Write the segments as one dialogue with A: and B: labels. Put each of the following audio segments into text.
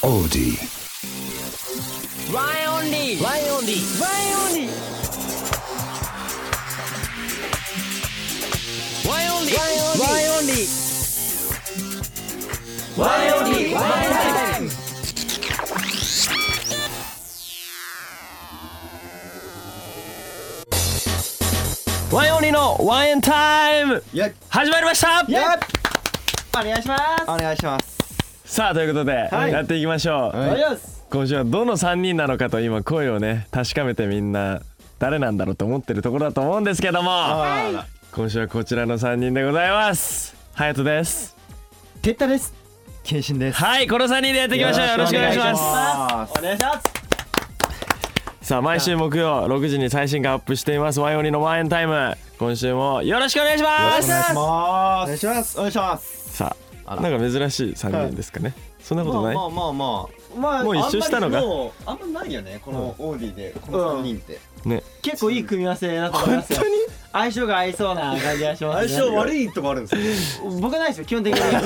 A: オーディ
B: ワンオンリーワンオンリーワンオンリーワンオンリーワンオンリーワンオンリーワンオンリーワンオンリーワンオンリーのワンエンタイム
C: やっ
B: 始まりました
C: やっ
D: お願いします
C: お願いします
B: さあということで、
C: はい
B: やっていきましょう、
C: はい
D: お願いします
B: 今週はどの3人なのかと今声をね確かめてみんな誰なんだろうと思ってるところだと思うんですけども
C: は
B: 今週はこちらの3人でございます隼人です
D: 哲太です
C: 謙信です
B: はいこの3人でやっていきましょうよろしくお願いします
D: お願いします
B: さあ毎週木曜6時に最新がアップしていますワイオニのワンエンタイム今週もよろしくお願いします
C: お願いしますお願いします
B: さあ
C: あら
B: なんか珍しい3人ですかね、そんなことない、
C: まあまあま
D: まあ
B: もう一周したのか
D: あんまりもう
C: ああんまないよねこのオーディでこの三人って
B: ね
D: 結構いい組み合わせだと思い
B: 本
D: ます
B: 当
D: よ
B: に
D: 相性が合いそうな感じがしますね
C: 悪いとこあるんです
D: 僕はないですよ基本 的に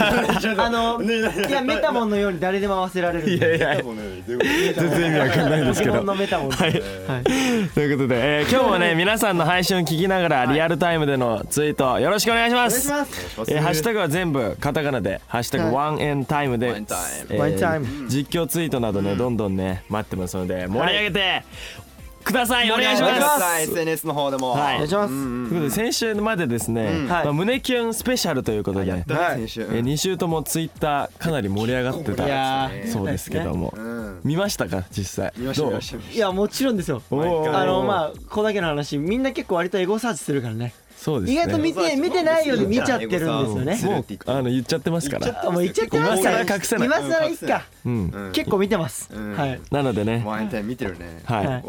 D: あの
C: ね
D: いやメタモンのように誰でも合わせられるん
B: いや
D: で
B: いや
C: 多分ねどういうこ
B: 全然意味わかんないんですけ
D: ポケ
B: ど
D: モンのメタモン
B: はい、
D: はい
B: ということで、えー今日も ね皆さんの配信を聞きながらリアルタイムでのツイートよろしくお願いします
D: ます
C: と
B: えーハッシュタグは全部カタカナで「ハッシュタグワンエンタイムで」
C: ワンエンタイ
B: えー
D: ワンエンタイム
B: 実況ツイートなどね、どんどんね待ってますので盛り上げてください、お願いし
C: お
B: ま
C: 願い
B: す
C: します SNS の方でも
B: はい
D: お願いします
B: ということで先週までですね、
C: ん
B: まあ
D: はい
B: 胸キュンスペシャルということで、え
C: はい選手
B: 2週ともツイッターかなり盛り上がって
D: いや
B: た
D: ー
B: そうですけども、
C: うん
B: 見ましたか実際
C: 見ました
B: どう
C: 見ました見ま
D: い
C: し
D: やもちろんですよ
B: おー
D: あのまあここだけの話みんな結構割とエゴサーチするからね
B: そうです
D: 意
B: ね
D: 外と見て見てないようで見ちゃってるんですよね
C: そう
B: もうあの言っちゃってますから
D: あもう言っちゃってますから
B: 今更隠せない
D: 今更いっか
B: うん
C: たうん
D: 結構見てます
C: うん
D: はい
B: なのでね
C: ワンエンタイム見てるね
B: はい、
D: はい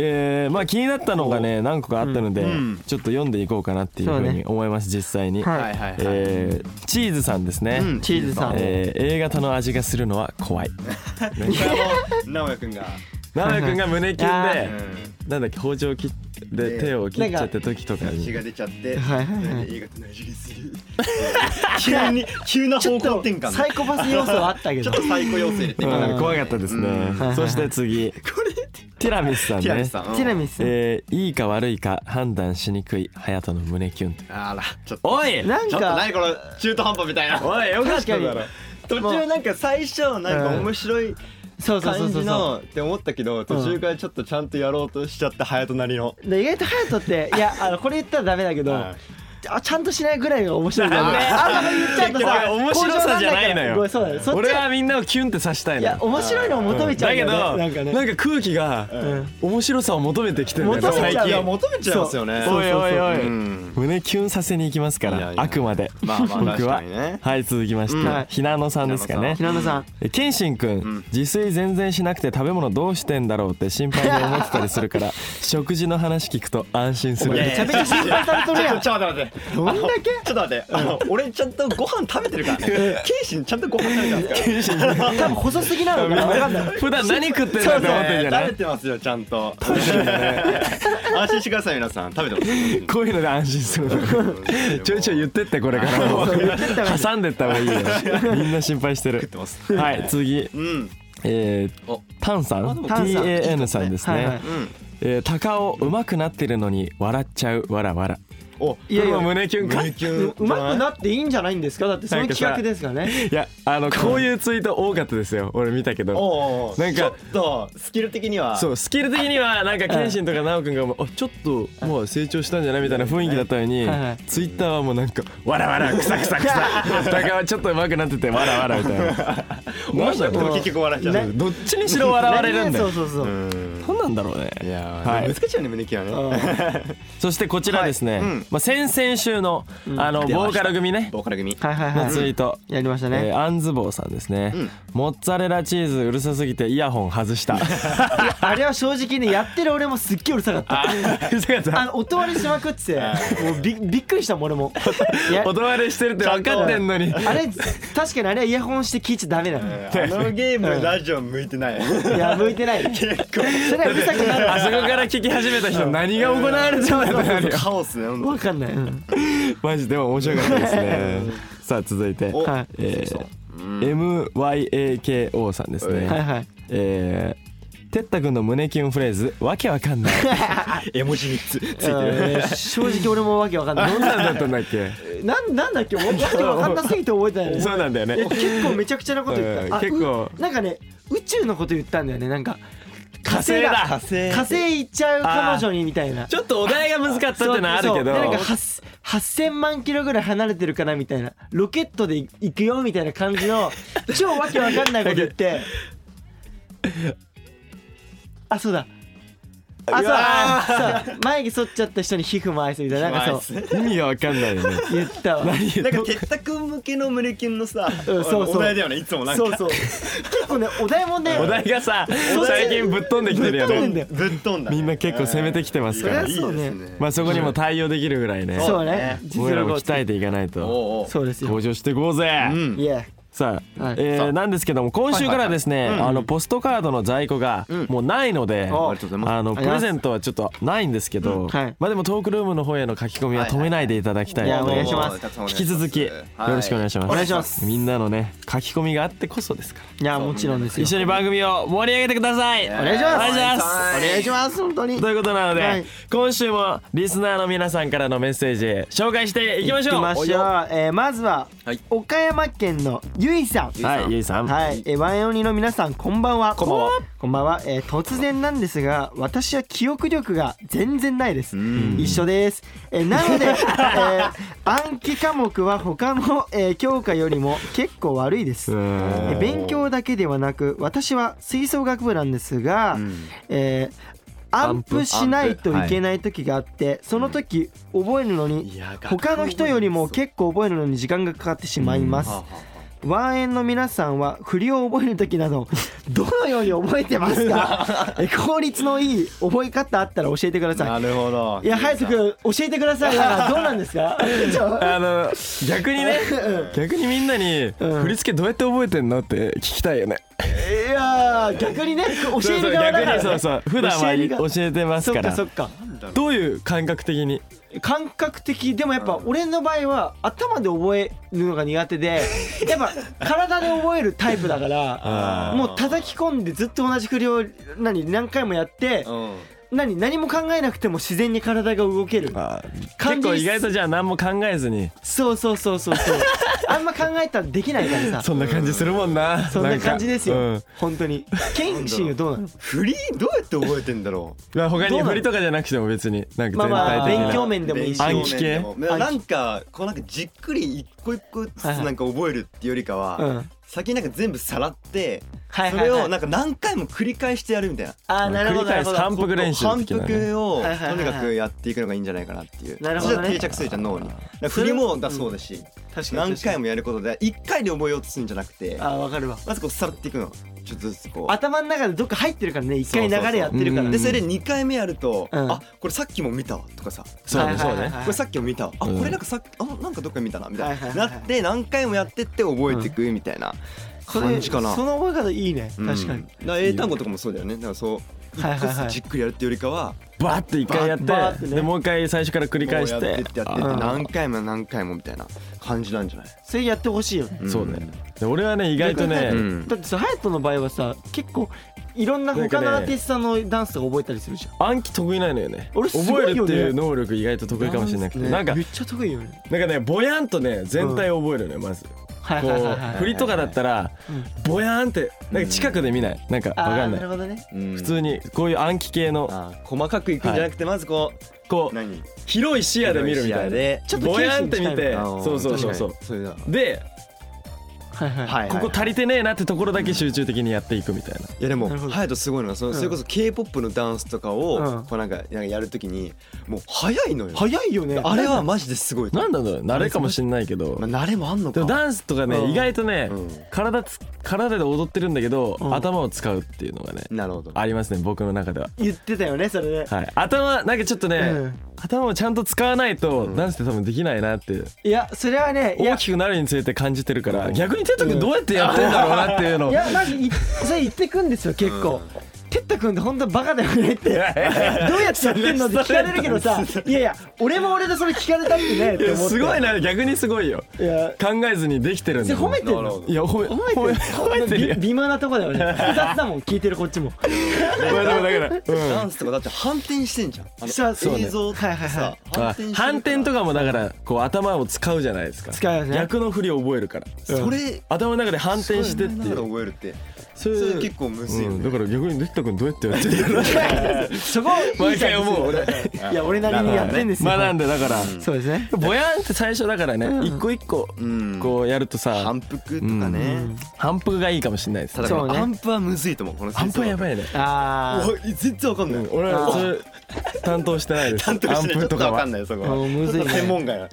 B: えーまあ気になったのがね何個かあったので、
C: うん
B: ちょっと読んでいこうかなっていうふ
D: そう
B: う
D: ね
B: に思います実際に、
D: はい
C: はいはいはい
B: えーチーズさんですね、
C: うん
D: チーズさん
B: えー A 型の味がするのは怖い
C: 直哉くんが
B: 直哉くんが胸キュンで、なんだっけ包丁切って
C: で
B: 手を切っちゃった時とか
C: うん血
B: に
C: が出ちゃって
D: はいはいはい
C: 映画と同じにする急に急な
D: ちょ
C: 方
D: っと
C: 向転換
D: サイコパス要素はあったけ
C: ち
D: ど
C: ょっとサイコ要請入れてみた
B: うん怖かったですね、
D: うん
B: そして次これティラミスさん
C: ティラミ
B: ね
C: スさん
D: ティラミス
B: えーいいか悪いか判断しにくい隼人の胸キュンという
C: あらちょっと
B: おい
D: なん
C: ちょっと
D: か
C: 何この中途半端みたいな
B: おいよかっただろ
D: 確
C: 途
D: もう
C: 中なんか最初なんか面白い
D: そうそうそ
C: 感
D: うそ
C: じ
D: う
C: のって思ったけど途中からちょっとちゃんとやろうとしちゃった隼人なりの
D: で意外と隼人っていやあのこれ言ったらダメだけど、
C: はい
D: あちゃんとしないぐらいが面白いんだよねあんまり言っちゃうと
B: い
D: さ
B: や面白さじゃないのよ
D: 向上んだからごめんそうだねそっ
B: 俺
D: ち
B: はみんなをキュンってさしたい
D: い
B: の
D: や面白いのを求めちゃう
B: だけ
D: ん
B: ど
D: よね、
B: なんか
D: なんかね
B: 空気が
D: ん
B: 面白さを求めてきてるんだよ
D: 求め
B: ね
D: ちゃ
B: 最
D: うよ
B: 近
C: 求めちゃいますよね
B: おいおいおい
C: うん
B: 胸キュンさせに行きますか
C: いや
B: ら
C: いや
B: あくまで
C: まあまあ
B: 僕
C: 確
B: は
C: かにね
B: はい続きまし
D: は
B: て
D: い
B: ひなのさんですかね
D: ひなのさん
B: えケンシンくん自炊全然しなくて食べ物どうしてんだろうって心配に思ってたりするから 食事の話聞くと安心する
C: いやいや
D: めちゃめちゃ心配されとるやん
C: ちょっと待って
D: どんだけ
C: ちょっと待ってあの俺ちゃんとご飯食べてる からね謙信ちゃんとご飯食べてますから
D: 多分細すぎなのかな分かんない
B: 普段何食ってん
C: そ
B: だ
C: う
B: って思ってんじゃな
C: 食べ
B: い
C: てますよちゃんと安心してください皆さん食べてま
B: こういうので安心する
C: す
B: ちょいちょい言ってってこれからも 挟んでった方 がいいよみんな心配してる
C: 食ってます
B: はい次
C: うん
B: えー
C: お
B: タンさん
D: タンさん
B: TAN さんです
D: はいは
B: ね
D: い
C: うん
B: えー高尾うまくなってるのに笑っちゃうわらわら
C: お
D: いやい
B: これも
D: や
B: 胸キュンかいう
D: うまくなっていいんじゃないんですかだってそういう企画ですからね
B: やあのこういうツイート多かったですよ俺見たけど
C: おうおう
B: なんか
C: ちょっとスキル的には
B: そうスキル的にはなんか謙信とか奈くんがもうあちょっともう成長したんじゃないみたいな雰囲気だったのに
D: はいはい
B: ツイッターはもうなんかわらわらくさくさくさ高尾ちょっとうまくなっててわらわらみたいな
C: 面白くて
B: なんだ
C: も
B: ろ
C: 結局笑っちゃう
B: うどっちにしろ笑われるんだ
D: そ
B: よ
D: うそうそう、
C: うん
B: 何なんだろうね
C: いや
B: は
C: ー
B: い
C: 難しいよね胸キュンはね
B: そしてこちらですね、
C: はいうん
B: まあ、先々週の、あの
C: 出ま
B: ボ
C: した
B: ーカル組ね
C: ボーカル組
D: はいはい
B: の
D: はい、
B: ツイート、
D: やりましたね、
B: えーアンズボーさんですね、
C: ん
B: モッツァレラチーズうるさすぎてイヤホン外したう
D: あれは正直ねやってる俺もすっげえうるさかった
B: るさかった
D: あの音割れしまくってもうびびっくりしたもん俺もいや
B: 音割れしてるって分かってんのに
D: あれ確かにあれはイヤホンして聞いちゃダメなの
C: あのゲームラジオ向い てない
D: いや向いてない
C: 結構
D: それはうるさくなる
B: あそこから聞き始めた人何が行われてるんだってなるよ
C: カオスねほんと
D: わかんない、うん
B: マジでも面白かったですね さあ続いて
C: お
D: はい
B: えー MYAKO さんですね、
D: はいはい
B: えー、てったくんの胸キュンフレーズわけわか んない
C: 絵文字三つついて
D: あ
C: る。
D: ー正直俺もわけわかんない
B: どんなんだったんだっ け
D: なんなんだっけわけわかんなすぎて覚えてないね
B: そうなんだよね
D: え結構めちゃくちゃなこと言った、
B: うん結構
D: あうなんかね宇宙のこと言ったんだよねなんか火
C: 火星
D: 火星行っちゃう彼女にみたいな
B: ちょっとお題が難かったってのはあるけど
D: そうそうでなんか8 8000万キロぐらい離れてるかなみたいなロケットで行くよみたいな感じ の超わけわかんないこと言ってあそうだあそう
C: うわ
D: だそうだ眉毛剃っちゃった人に皮膚も愛すみたいななんかそう
B: 意味がわかんないよね
D: 言ったわ
C: なんか哲太くん向けの胸キュンのさ、
D: うんそうそう
C: お題だよねいつもなんか
D: そうそう結構ねお題もね
B: お題がさ
D: そう
B: 最近ぶっ飛んできてるよ
D: ぶっ飛
B: ね
D: んでんだよ
C: ぶっ飛んだね
B: みんな結構攻めてきてますから
C: いやいいですね
D: そり
B: まあそこにも対応できるぐらいね
D: そうね
B: 僕らも鍛
D: え
B: えていかないと
C: おうおう
D: そうですよ
B: 向上していこうぜ、
C: うん
D: いや
B: さあ、
D: はい
B: えー
C: さあ
B: なんですけども今週からですね、
C: はいはいはいうん
B: あのポストカードの在庫が
C: うん
B: もうないので、
D: お
C: ありがとうございます
B: あの
D: あ
B: プ
D: りがとうございま
B: レ
D: す
B: ゼントはちょっとないんですけど、
D: んはい
B: まあでもトークルームの方への書き込みは止めないでいただきたい
D: い
B: と
D: や
B: 思
D: お願いします
C: す
B: 引き続きよろしくお願いします
D: お願いします
B: みんなのね書き込みがあってこそですから
D: いやもちろんですよ
B: 一緒に番組を盛り上げてくださいお
C: お
D: 願いします
B: お願いします
D: お願いします本当に
B: ということなので、
D: はい
B: 今週もリスナーの皆さんからのメッセージ紹介していきましょう
D: 行きましょうえーまずは、
C: はい
D: 岡山県のゆいさん
C: ゆい
B: はいゆいさん、
D: はい、えーワンエンオニの皆さんこんばんは
B: こんばんは
D: こんばんは、えー突然なんですが私は記憶力が全然ないです
C: ん
D: 一緒です、えーな ので、えー暗記科目は他の、えー教科よりも結構悪いです
B: うーん
D: えー勉強だけではなく私は吹奏楽部なんですが、
C: ん
D: えーアンプしないといけない時があって、その時覚えるの
C: い
D: に
C: や学校
D: 他の人よりも結構覚えるのに時間がかかってしまいます、ワンエンの皆さんは振りを覚える時などどのように覚えてますかえ効率のいい覚え方あったら教えてくださ
C: なるほど
D: いいや隼人君教えてくださいなんかどうなんですかちょ
B: あの逆にね逆にみんなに
D: うん
B: 振り付けどうやって覚えてんのって聞きたいよね
D: いやー逆にね教える側だから、ね、
B: そうそう逆にそうそう普段
D: 教える側
B: は教えてますから
D: そっかそっか
B: どういう感覚的に
D: 感覚的でもやっぱ俺の場合は頭で覚えるのが苦手でやっぱ体で覚えるタイプだから
B: あー
D: もう叩き込んでずっと同じ振りを何何回もやって
C: うん
D: 何何も考えなくても自然に体が動ける
B: 結
D: 感じ
B: 構意外とじゃあ何も考えずに
D: そうそうそうそうそうあんま考えたらできないからさ
B: そんな感じするもんな
D: そんな感じです
B: う
D: よ
B: ん
D: 本当に謙信はどうなの
C: 振りどうやって覚えてんだろ
B: まあ他
D: どう
B: に
D: なの
B: 振りとかじゃなくても別になん
D: ま
B: か
D: あまあ
B: 全
D: 勉
B: 体
D: 強
B: 的
D: 面でもいいし
B: 暗記系
C: なんかこうなんかじっくり一個一個ずつなんか覚えるってよりか
D: う
C: は
D: ん
C: 先になんか全部さらって
D: はい
C: そ
D: はい
C: れ
D: は
C: を
D: い
C: なんか何回も繰り返してやるみたいな
D: あーなるほ
B: 繰
D: ど
B: り
D: な
B: 返
D: るほ
B: す
D: ど
B: 反復練習
C: 反
B: 的なね
C: 復を
D: はいはい
C: と
D: はい
C: に
D: はい
C: かくやっていくのがいいんじゃないかなっていう
D: なるほどね
C: そしたら定着するじゃん脳にだから振りもだそうだし
D: 確かに
C: 何回もやることで一回で覚えようとするんじゃなくて
D: あーわかるわ
C: まずこうさらっていくのちょっとずつこう
D: 頭の中でどっか入ってるからね一回
C: そうそうそ
D: 流
C: う
D: れやってるから
B: うん
C: でそれで2回目やると、
D: うん
C: あこれさっきも見たわとかさ
B: そう
D: は
B: ね
D: い
B: そう
D: はいはい
B: ね
D: はい
C: これさっきも見たわあ
B: うん
C: これなんかさっきあなんかどっか見たなみた
D: は
C: いな、
D: いはいはい
C: なって何回もやってって覚えていくみたいな
D: それ
C: 感じかな、
D: その覚え方いいね
C: うん
D: 確かに、
C: だら英単語とかもそうだよねだからそう
D: はいは
C: 一
D: い
C: 個
D: はい
C: ずつじっくりやるってよりかは
B: バーって一回や
D: バ
B: っ
D: ーっ
B: てて
D: ね
B: でもう一回最初から繰り返し
C: こうやって
B: て
C: ってやってって
D: あー
C: 何回も何回もみたいな感じなんじゃない、
D: それやってほしいよね
B: そうねで俺はね意外とね
C: うん
D: だってさ隼人の場合はさ結構いろんな他の
B: な
D: ア
B: んかね
D: ーティストさんのダンスとか覚えたりするじゃん
B: 暗記得意ないのよね
D: 俺すご
B: 覚
D: いよね
B: えるっていう能力意外と得意かもしれなくて
D: ね
B: なんか
D: めっちゃ得意よね
B: なんかねぼやんとね全体覚えるのよまず
D: はい
B: こ
D: はいはいうはい
B: 振りとかだったらぼやんってなんか近くで見ないなんかわ
D: あ
B: か
D: ー
B: ん
D: な
B: な
D: る
B: い
D: ほどね
C: うん
B: 普通にこういう暗記系の
C: あー細かくいくんじゃなくてまずこう、
B: こう
C: 何
B: 広い視野で見るみたいな
C: で
D: ちょっと
B: ぼ
D: 軽
B: や
D: 視
B: んっ
D: に
B: て
D: 近い
B: 見て
D: の
B: そうそうそうそう
C: それだ
B: で
D: はいはい
C: はい
B: ここ足りてねえなってところだけ集中的にやっていくみたいない
C: やでも
D: なるほど
C: 隼人すごいのがその
D: うん
C: それこそ k p o p のダンスとか
D: うん
C: をこうなんかなんかやるときにもう早いのよ
D: 早いよね
C: あれはマジですごいと
B: な
C: 思
B: んだろう慣れかもしんないけど
C: うまあ慣れもあんの
B: でも
C: か
B: ダンスとか
D: うん
B: ね意外とね
C: うん
B: 体つ体で踊ってるんだけど
D: うん
B: 頭を使うっていうのがね
C: なるほど
B: ありますね僕の中では
D: 言ってたよねそれね
B: はい頭なんかちょっとね、
D: うん
B: 頭をちゃんと使わないと
C: うん
B: ダンスって多分できないなって
D: いやそれはねいや
B: 大きくなるにつれて感じてるから
C: うん
B: 逆にテッド君どうやってやってんだろうなっていうの
D: いやマジいそれ言ってくんですよ結構
C: うん
D: てっ太くんって本当バカだよねってどうやってやってんのって聞かれるけどさいやいや俺も俺でそれ聞かれたってねって思って
B: すごいな逆にすごいよ
D: いや
B: 考えずにできてるん
D: それ
B: だ
D: 褒めて
A: な
D: る
A: る
D: の
A: ほ
B: いや褒め褒め褒めて るよ
D: び微妙なとこだよね複雑だもん聞いてるこっちも
B: まあでもだからうん
A: ダンスとかだって反転してんじゃんあの
D: そうそうね
A: 映像とか
D: はいは
A: さ
B: あ反転と
A: か
B: かもだからこう頭を使うじゃないですか
D: 使いますね
B: 逆の振りを覚えるから
A: それ
B: 頭の中で反転してって
C: だ
B: い
C: から
B: う
C: 覚えるって
B: そ
C: それ結構むずいよ
B: うん
C: ね
B: だから逆にできたくんどうやってやってるの
D: そこい
B: 毎
D: いじ
B: 回
D: ゃん
B: 思う 俺
D: いや俺なりにやってんですよ
B: 学んでだから
D: そうですね
B: ぼやんって最初だからね一個一個
C: うん
B: こうやるとさ
C: 反復とかね
B: 反復がいいかもしれないです
C: ただ
D: そうね
C: 反復はむずいと思うこの
B: 反復はやばいね
D: ああ
C: おい全然わかんない
B: 俺はそれ担当してないです
C: 担当して
B: 反
C: ないちょっ
B: 復と
C: と
B: か
C: わか
B: は
C: んないそこ
D: もう
C: は
D: むずいね
C: 専門外だ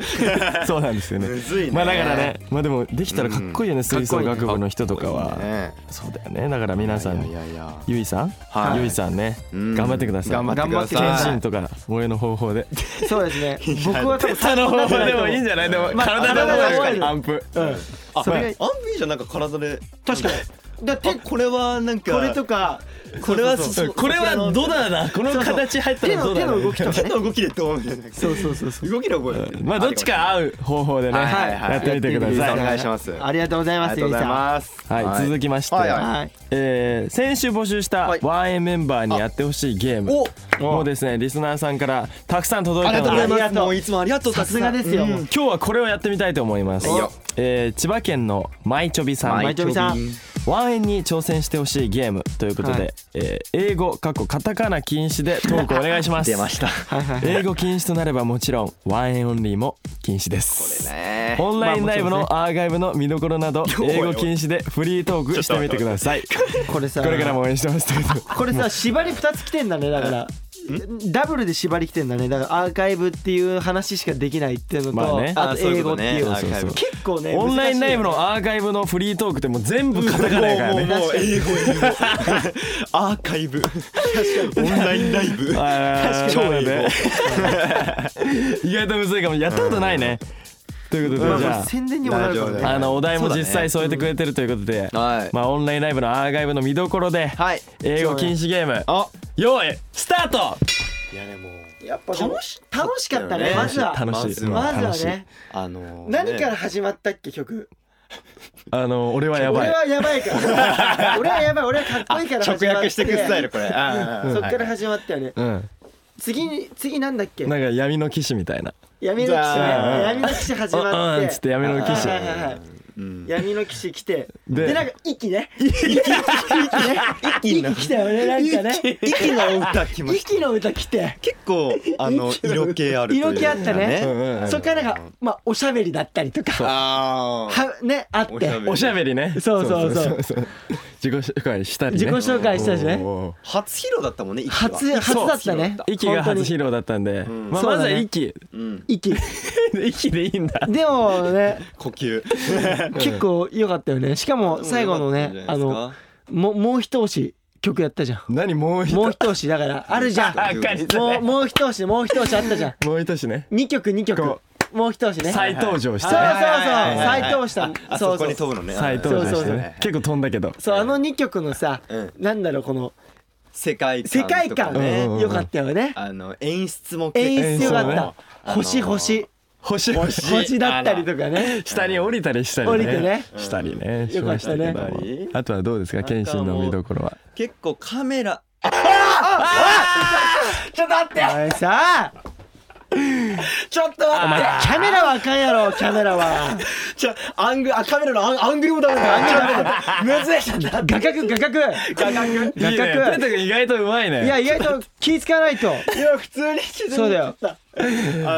B: そうなんですよね
C: むずいね
B: まあだからねまあでもできたらかっこいいよね吹奏楽部の人とかは
C: ね
B: そうだよねだから皆さん
C: いやいやいや
B: ゆいさん、
C: はい
B: ゆいさんね、
C: うん
B: 頑張ってください。
C: 頑張ってくだ
D: 頑張
B: 天
D: っ
C: さ
D: て
B: 心とか萌えの方法で。
D: そうですね 僕は多分
B: 他の方 法でもいいん
D: じ
B: じゃない？でも
D: まあ
B: 体で覚えるから。ア
D: 体
B: ンプ。
D: ゃん
C: い
D: それが
C: あアンビーじゃんなんか体で
D: 確かにだって
C: あこれはなんか
D: これとか
C: これは
D: そうそう
C: そう
B: これはドだな。この
D: そうそう
B: 形入ったら
D: 手
B: ド
D: の
B: だ
D: 手
B: な
D: の。動きとか
C: 手
D: ね
C: の動きでどうみたいな
D: そうそうそうそう
C: 動きで覚える
B: まあどっちか合う方法でね、
C: はいはいはい
B: やってみてくださ
C: やっ
B: い。
C: てみてくださお願します
D: ありがとうござい
C: あ
D: ま
C: りが
D: す
C: とうございます
B: はい、続きまして、
C: はいはい
D: はい
B: えー先週募集した
C: はい
B: YA メンバーにやってほしいゲーム
C: お
B: もうですねリスナーさんからたくさん届いたの
D: ありがとうござい
B: で
D: ます
C: もういつもありがとう
D: さすがですよもう
B: 今日はこれをやってみたいと思います
C: はいよ、
B: えー千葉県のまいちょびさん
D: まいちょびさん
B: ワンエンに挑戦してほしいゲームということで、
D: はい
B: えー英語かっこカタカナ禁止でトークお願いします
C: 出ました
D: はいはい
B: 英語禁止となればもちろんワンエンオンリーも禁止です
C: ね
B: オンラインライブのアーカイブの見どころなど
C: おい
B: 英語禁止でフリートークしてみてください
D: これさ
B: これからも応援してますということで
D: これさ縛り2つ来てんだねだからダブルで縛り来てんだねだからアーカイブっていう話しかできないっていうの
B: ま
D: と
B: あね
D: あと英語っていう
B: そうそうそう
D: 結構ね
B: オンラインライブ
D: 難しいよね
B: のアーカイブのフリートークってもう全部カタカナやからね
C: もう英語英語アーカイブオンラインライブ
B: あー
C: 超英語
B: 意外とむずいかもやったことないねということで
D: まあ
B: じ
D: ま
B: ゃ
D: あ
B: あ
D: 宣伝にもなるから
C: 大丈夫
D: ね
C: だよ
B: あのお題も
C: そうだね
B: 実際添えてくれてるということで、
C: はい
B: まあオンラインライブのアーカイブの見どころで、
C: はい
B: 英語禁止ゲーム、
C: あ
B: 用意スタート
C: いやねもう
D: やっぱ楽し楽しかったねま
C: 楽
D: ずは
B: 楽しい
D: ま
C: まず
D: ずは
B: 楽しい
D: ね
C: あのー
D: 何から
C: ね
D: 始まったっけ曲
B: あの俺はやば
D: 俺
B: い
D: はやば いから俺はやばい俺はかっこいいから始まって
C: 直訳していくスタイルこれ あー
D: そっ
C: はい
D: から始まったよね
B: うん
D: 次に次なんだっけ
B: なんか闇の騎士みたいな
D: 闇の騎士ね
C: じゃあ
D: 闇の騎士始
B: うん
D: ま
B: う
D: っ
B: ん
D: て
B: っつって闇の騎士
D: はいはいはいはい
C: うん
D: 闇の騎士来て
B: で
D: でなんか息ね息ね息ね来たよねなんかね
C: 息の歌きました
D: 息の歌来て
C: 結構あの色気あるというか
D: 色気あったね
B: うんうんうん
D: そっからなんかまあおしゃべりだったりとか
C: あー
D: はねあって
C: おしゃべり
B: おしゃべりね
D: そうそうそう
B: そう自己紹介したりね
D: 自己紹介したしね
B: おーおー
C: 初披露だったもんね息は
D: 初初だったね
B: 息が初披
D: 本
B: 露だったんで、
C: ん
B: まあ、
D: そう
B: ま
D: だ
B: ず
D: ね
B: は息、
C: うん
D: 当に息
B: 息でいいんだ
D: でもね
C: 呼 吸
D: 結構良かったよねしかも最後のねあのももう一押し曲やったじゃん
B: 何もう一
D: もう一押しだからあるじゃん
B: あっかりした
D: も
B: ね
D: うもう一押しもう一押しあったじゃ ん
B: もう一押しね
D: 2曲2曲
B: こ
D: もう一押しね
B: 再登場し
D: そ
B: て
D: うそう
B: ね
D: そう
C: はいはいはい
D: 再登した
C: あ
D: そ
C: そ
D: そ
C: うこ
D: う
C: に飛ぶのね
B: 再登場
D: そう
B: し
D: そう
B: て
D: そう
B: ね結構飛んだけど
D: そうあの2曲のさ、
C: うん
D: なんだろうこの
C: 世界観
D: 世界
C: とか
D: 観
C: ね
D: 良かったよね、
C: あの演出も結構
D: 演出良か
B: 演
D: っ
B: 奏
D: た、星星
B: 星
C: 星
D: 星だったりとかね
B: 下に降りたりしたりね
D: 降りてね
B: したりねし
D: よか
B: ま
D: っ
B: した
D: た
B: け
D: ね
B: どもあとはどうですか謙信の見どころは
C: 結構カメラ
D: ちょっと待ってお前さちょっと待ってキャメラはあかんやろキャメラは
C: じゃあアングルあカメラのアンアングルもダメだアングルダメだ
D: むずい 画角画角
C: 画角
B: いいね
D: 画角
B: ペンタ君意外とうまいね
D: いや意外と気ぃつかないと
C: いや普通に沈んで
D: そうだよ
C: あ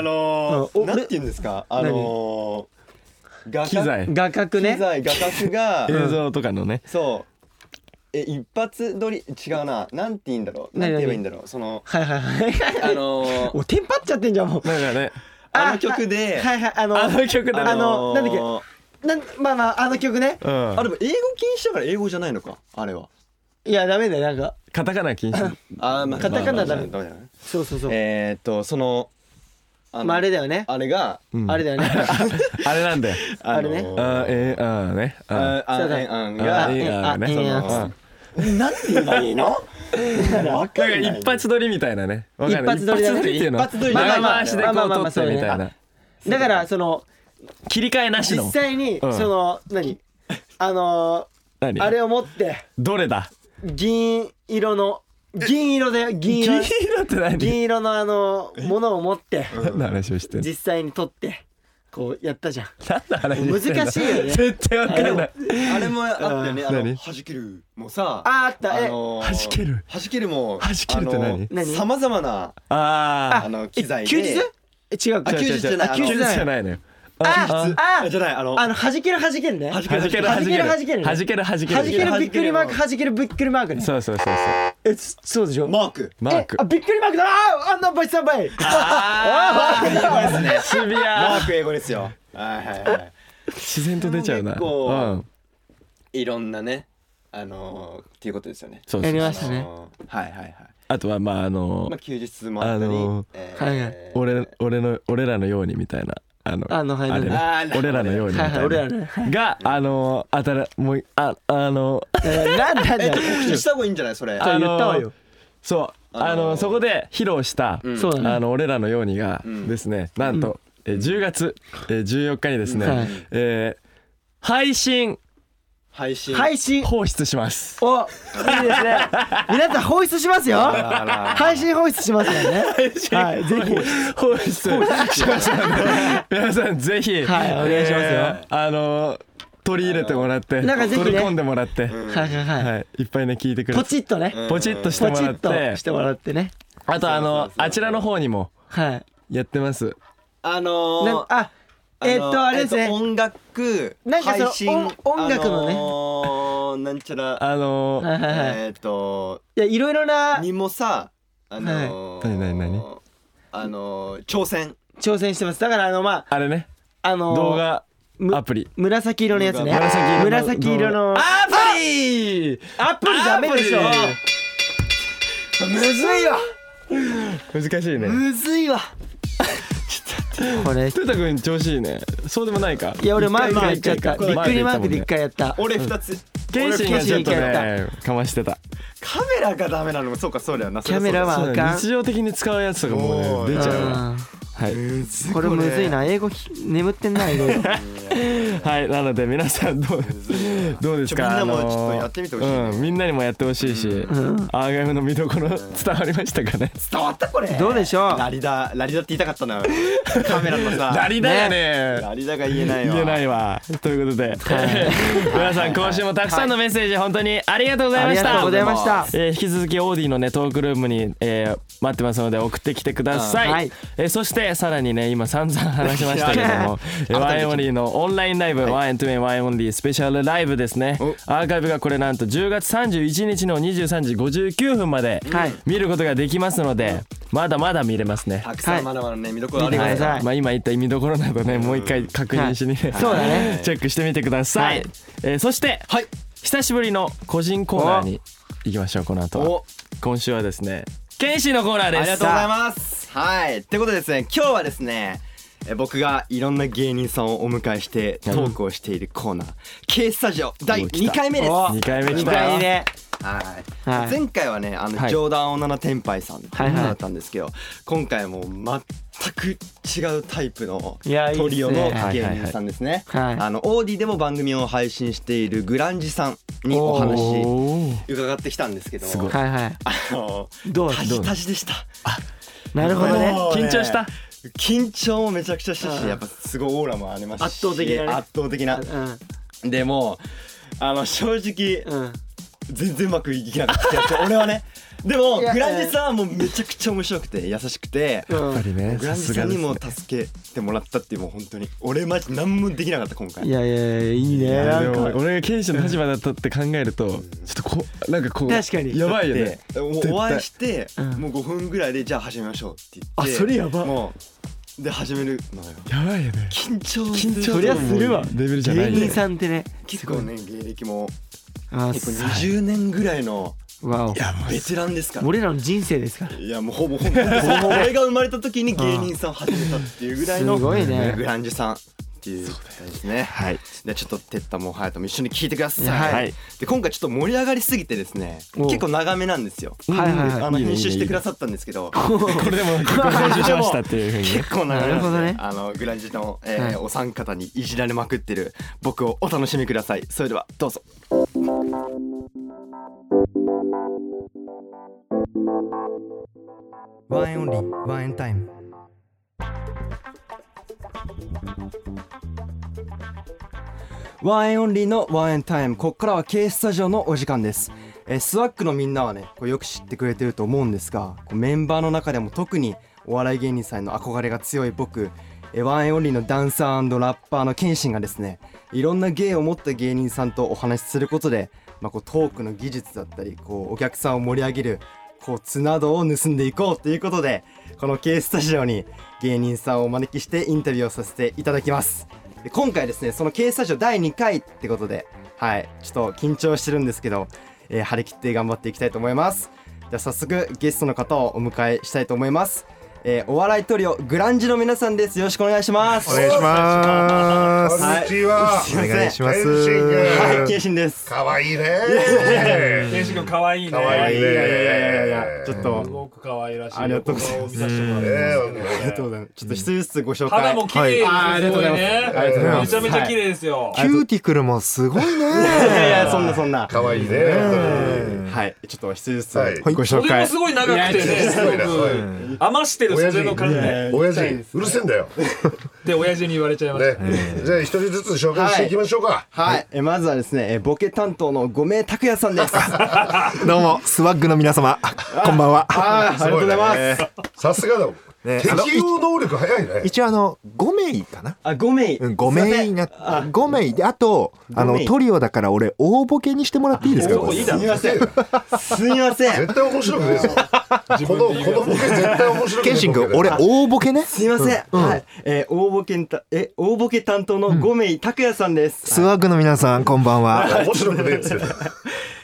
C: の
D: うん
C: ー、
D: お
C: なんて言うんですかあのー、画角
B: 機材
D: 画角
C: 機
D: ね
C: 材画角 が
B: 映像とかのね
C: そうえ一発撮り違うななんて言うんだろうなん
D: 何々
C: て言えばいいんだろうその
D: はいはいはい
C: あのー、
D: おテンパっちゃってんじゃんもう
B: なんかね
C: あの曲で
D: はいはいあの
B: あの曲でね
D: あのなんだっけ
C: ー
D: なんまあまああの曲ね
B: う
C: あ
B: ん
C: でも英語禁止だから英語じゃないのかあれはい
D: やダメだよなんか
B: カタカナ禁止
C: あーまあ
D: カタカナだ
C: まあ
D: ね
C: まあまあまあま
D: そうそうそ
C: あ
D: う、
C: えーっとそのあの
D: まああれだよね
C: あれが
B: うん
D: あれだよね
B: あれなんだよ
D: あ
C: あのー
D: れね
B: あーえーあーねあ
C: ああ
D: そうだ
C: えあん
B: ーあ
C: が
B: ーえーあー
D: あえー
B: ね
D: あ
B: その
D: えーあ
B: うん
A: なんて言えばいいのわか
B: なん
A: ん
B: か
A: ない
B: 一発撮りみたいなね。わかんない
D: 一発撮りだ
B: 一
D: ね
B: 発撮りっていうの。
A: 一発撮り
B: 長回しでこう
D: まあまあま
B: 撮
D: あ
B: ってみたい
D: そう
B: な。
D: だからその
B: 切り替えなし
D: 実
B: の。
D: 際に
B: うん
D: その何あの
B: 何
D: ーあれを持って
B: どれだ
D: 銀色の銀色だよ銀色
B: 銀色って何
D: 銀色のあのものを持って
B: 何の話をしてんの
D: 実際に撮ってこうやったじゃん
B: 何の話してんの
D: 難しいよね
B: 絶対わかんない。
C: あれもあったよね。あ
B: 何
C: の弾けるもさ。
D: ああったえ
C: の
B: 弾ける
C: 弾けるも
B: 弾けるって何
D: 何
C: さまざまな
B: あ
C: あの
D: え
C: 機材で
D: 休日え違う
C: あ
D: 違う
C: 休日じゃない
D: あ
C: あ
D: 休
C: の
D: 日
B: 休
D: じ
B: 日
D: ゃ
B: じゃ
D: ない
B: ないのよ。
D: ああ
C: じゃないあの
D: あの弾ける弾けるね
C: 弾
B: 弾ける弾ける
D: 弾ける
B: 弾ける弾ける
D: 弾けるびっくりマーク弾けるびっくりマークね
B: そうそうそうそう
D: えそそうでしょ
C: マーク
B: マーク
D: えあびっくりマークだあーあんな倍三倍あーあ
C: 英語ですね
B: シビ
C: マ
B: ア
C: ーク英語で すよはいはいは
B: 自然と出ちゃうな
C: 結構
B: うん
C: いいろんなねあのーっていうことですよね
B: そう
D: や
B: そう
D: り
B: そう
D: ましたね
C: あのーはいはいはい
B: あとはまああの
C: まあ休日もあった
B: あ
C: り
B: のー
C: え
D: はいはい
B: 俺俺の俺らのようにみたいなあの
D: あのはい
B: あれね
C: あー
B: 俺らのようにみた
D: はいはい俺ら
B: い
D: の
B: ながあのあたらもうああの
D: ー なんだなんだ
C: え告知した方がいいんじゃないそれ
B: あ
D: 言ったわよ
B: そうあ
C: あのー
B: のそこで披露した
C: ん
D: そうだね
B: あの俺らのようにが
C: ん
B: ですねなんとえー10月えー14日にです
D: は
B: ね
D: い
B: えー配信
C: 配信
D: 配信
B: 放出します
D: おいいですね皆さん放出しますよ配信放出しますよねはいぜひ
B: 放出しますので皆さんぜひ
D: はいお願いしますよ
B: えーあのー取り入れてもらって
D: なんかぜひね
B: 取り込んでもらって
D: はいはいはい
B: はいいっぱいね聞いてくれ
D: ポ
B: て
D: チッとね
B: ポチッとして
D: ポ
B: も
D: チ
B: ら
D: ッ
B: って
D: としてもらってね
B: あとあのあちらの方にも
D: はい
B: やってます
C: あ
D: なん
C: のー
D: あえっ
C: の
D: とあれです
C: えっと
D: ね
C: 音楽
D: なんかその
C: 配信
D: 音音楽のね
C: あのーなんちゃら
B: あのー
D: はいはいはい
C: えっと
D: いやいろいろな
C: にもさあのー
B: はい何々何
C: あのー挑戦
D: 挑戦してますだからあのまあ
B: あれね
D: あのー
B: 動画
D: む
B: アプリ
D: 紫色のやつね
B: 紫色の
D: 紫色の
B: ア
D: ア
B: プリ
D: プリダメでしょ
B: ア
D: むずいわ
B: 難しいね
D: むずいわこれ
B: トゥタ君調子いいねそうでもないか
D: いや俺マークが言っちゃっ
B: 一
D: た
B: 回
D: びっくりマークで一
B: 一回
D: 回やった
C: 俺二つ
B: ケンシンがちょっと
D: ケンシンが
B: ねかましてた
C: カメラがダメなのもそうかそうだよな
D: キャメラは
B: そう
D: あ
B: だ
D: か
B: ね
D: ん
B: 日常的に使うやつとかもうね
C: そう
B: 出
C: だ
B: ち
C: ね
B: ゃうわ
D: うん
B: はい
D: これむずいな英語ひ眠ってんな英語
B: はいなので皆さんどうどうですか
C: ちょみんなも
B: あのー
C: ちょっとやってみてほしいね
B: うんみんなにもやってほしいし
D: ん
B: アーガイムの見どころ 伝わりましたかね
C: 伝わったこれ
D: どうでしょう
C: ラリダラリダって言いたかっ たなカメラのさ
B: ダリだよね
C: ラリダが言えないわ
B: 言えないわということで 皆さん今週もたくさんのメッセージ本当にありがとうござい
D: あ
B: ま
D: り
B: し
D: がとう
B: た
D: ございました
B: えー引き続きオーディのねトークルームに、えー待ってますので送ってきてください、
D: うんはい
B: えーそしてさらにね今散々話しましたけ どもえーワンエンオンリーのオンラインライブ、ワンエントゥエンワンエンオンリースペシャルライブですねアーカイブがこれなんと10月31日の23時59分まで
D: はい
B: 見ることができますので、まだまだ見れますね
C: たくさんまだまだね見どころあ
D: 見て
C: り
D: く
C: ま
D: だ
C: すから
D: さい
B: まあ、今言った見どころなどねもう一回確認しに、ね
D: そうだね
B: チェックしてみてください、
D: はい
B: えーそして、
C: はい
B: 久しぶりの個人コーナーに行きましょうこの後は
C: お
B: 今週はですね剣士のコーナーです
C: ありがとうございますはいってことでですね今日はですねえ僕がいろんな芸人さんをお迎えしてトークをしているコーナー K スタジオ第
B: お来た
C: 2回目です
B: 2回目来
D: 二
B: たよ
D: 回目
C: はい、
D: はい
C: 前回はねあの、
B: はい
C: ジョーダンオナナ天杯さん
D: はいはい
C: だったんですけど、今回はもう全く違うタイプの
D: いやいいっすね
C: トリオの芸人さんですね
D: はいはいはい
C: あのオーディでも番組を配信しているグランジさんにお話
B: おー
C: 伺ってきたんですけど
B: すごい
D: はいはい
C: あの
D: どう
C: タジタジでした
D: なるほどね
C: もう
B: 緊張した
C: 緊張もめちゃくちゃした
D: う
C: し
D: ん
C: やっぱすごいオーラもありますし
D: 圧倒的なね
C: 圧倒的なでもあの正直
D: うんうん
C: 全然うまくいけなかった俺はねでも
D: い
C: グ
D: や
C: ランジさんはもうめちゃくちゃ面白くて優しくて
D: うん
B: やっぱりね
C: グラ
B: さ
C: ンジ
B: す
C: さ
B: が
C: ん
B: で
C: に
B: すね
C: も助けてもらったっていうもう本当に俺マジ何もできなかった今
D: い
C: 回
D: やいやいやいいね
B: いやで
D: なん
B: も
D: か
B: 俺が剣士の立場だったって考えるとちょっとこうなんかこう
D: 確かに
B: やばいよね
C: でもうお会いして
D: うん
C: もう5分ぐらいでじゃあ始めましょうって言って
D: あそれやば
C: もうで始めるのよ
B: やばいよね
C: 緊張
B: 緊張
D: そりゃするわ
B: レベルじゃな
D: 芸
B: いよ
D: 人さんってね
C: 結構ね芸歴も
D: あ
C: 結構
D: さ
C: 20年ぐらいの
D: わ
B: いやもう
C: ベテランですから
D: 俺らの人生ですから
C: いやもうほぼほ ぼ俺が生まれた時に芸人さん始めたっていうぐらいの
D: すごいね
C: グランジさんってっていうことですねはいでちょっとてったもはやとも一緒に聞いてください、
B: はい
C: で今回ちょっと盛り上がりすぎてですね
D: お
C: 結構長めなんですよ
D: はいはいはい
C: あの編集してくださったんですけど
B: これでも結構練習しましたっていうふうに
C: 結構長めなんで
D: なるほどね
C: あのグランジの、えー
D: はい
C: お三方にいじられまくってる僕をお楽しみくださいそれではどうぞ
E: ワンエンオンリー、ワンエンタイム。
C: ワンエンオンリーのワンエンタイムここからは K スタジオのお時間です、えー、スワックのみんなはねこうよく知ってくれてると思うんですがこうメンバーの中でも特にお笑い芸人さんへの憧れが強い僕えーワンエンオンリーのダンサーラッパーの謙信がですねいろんな芸を持った芸人さんとお話しすることで、まあ、こうトークの技術だったりこうお客さんを盛り上げるコツなどを盗んでいこうということでこの K スタジオに芸人さんをお招きしてインタビューをさせていただきますで今回ですねその K スタジオ第2回ってことではいちょっと緊張してるんですけど、えー張り切って頑張っていきたいと思いますでは早速ゲストの方をお迎えしたいと思います、えーお笑いトリオグランジの皆さんですよろしくお願いします
F: お願いしま
G: こん
F: す。
G: にちは。
F: お願いしま
G: 天心
C: はい、
F: す。
C: 謙信です。
G: かわいいね。
H: 天使君可愛いね。
G: 可愛いね。
C: ちょっ
H: す
C: と、
H: ごく可愛らしい。。
C: ありがとうございます
H: 見させてもらってます
C: ありがとうございます。ちょっと一人ずつご紹介。
H: 肌も綺麗ですね。
C: はいあーありがとうございます
H: ね
C: ありがとうございま
H: め
C: す
H: ちゃめちゃ綺麗ですよ。
F: キューティクルもすごい
C: い
F: ね。
C: やいやいや、そんなそんな。
G: かわいいね。
C: はい、ちょっと一人ずつ
G: はい
C: ご紹
H: 腕も
C: 介。
H: すごい長くて
C: い
H: ね、
G: や
H: すごく余してる
G: 親
H: 袖
G: 父
H: の感じで、
G: 親父うるせえんだよ。
H: で親父に言われちゃいました。
G: ね。じゃあ一人ずつ紹介していきましょうか。
C: はい、えまずはですね、えボケ担当の五名拓也さんです。あ
F: どうも、スワッグの皆様、こんばんは。
C: あ、ありがとうございます。
G: さすがだ。
F: ね
G: 適応能力早いね。
F: 一応あの、5名かな
C: あ、五名。
F: うん、5名になっ5名で、あと、あ
C: 五
F: の、
C: 名
F: トリオだから俺、大ボケにしてもらっていいですか
H: 大ボ
F: こ
H: ケ
F: れ
H: いいだろ
G: 絶
C: すみません。
G: 対面白くねえぞ。このこのボケ絶対面白くねえ。
F: ケンシン君、俺、大ボケね。
C: すみません。はい、え大ボケんたえ大ボケ担当の五名拓也さんです。
F: スワッグの皆さん、こんばんは。
G: 面白くねえっつって。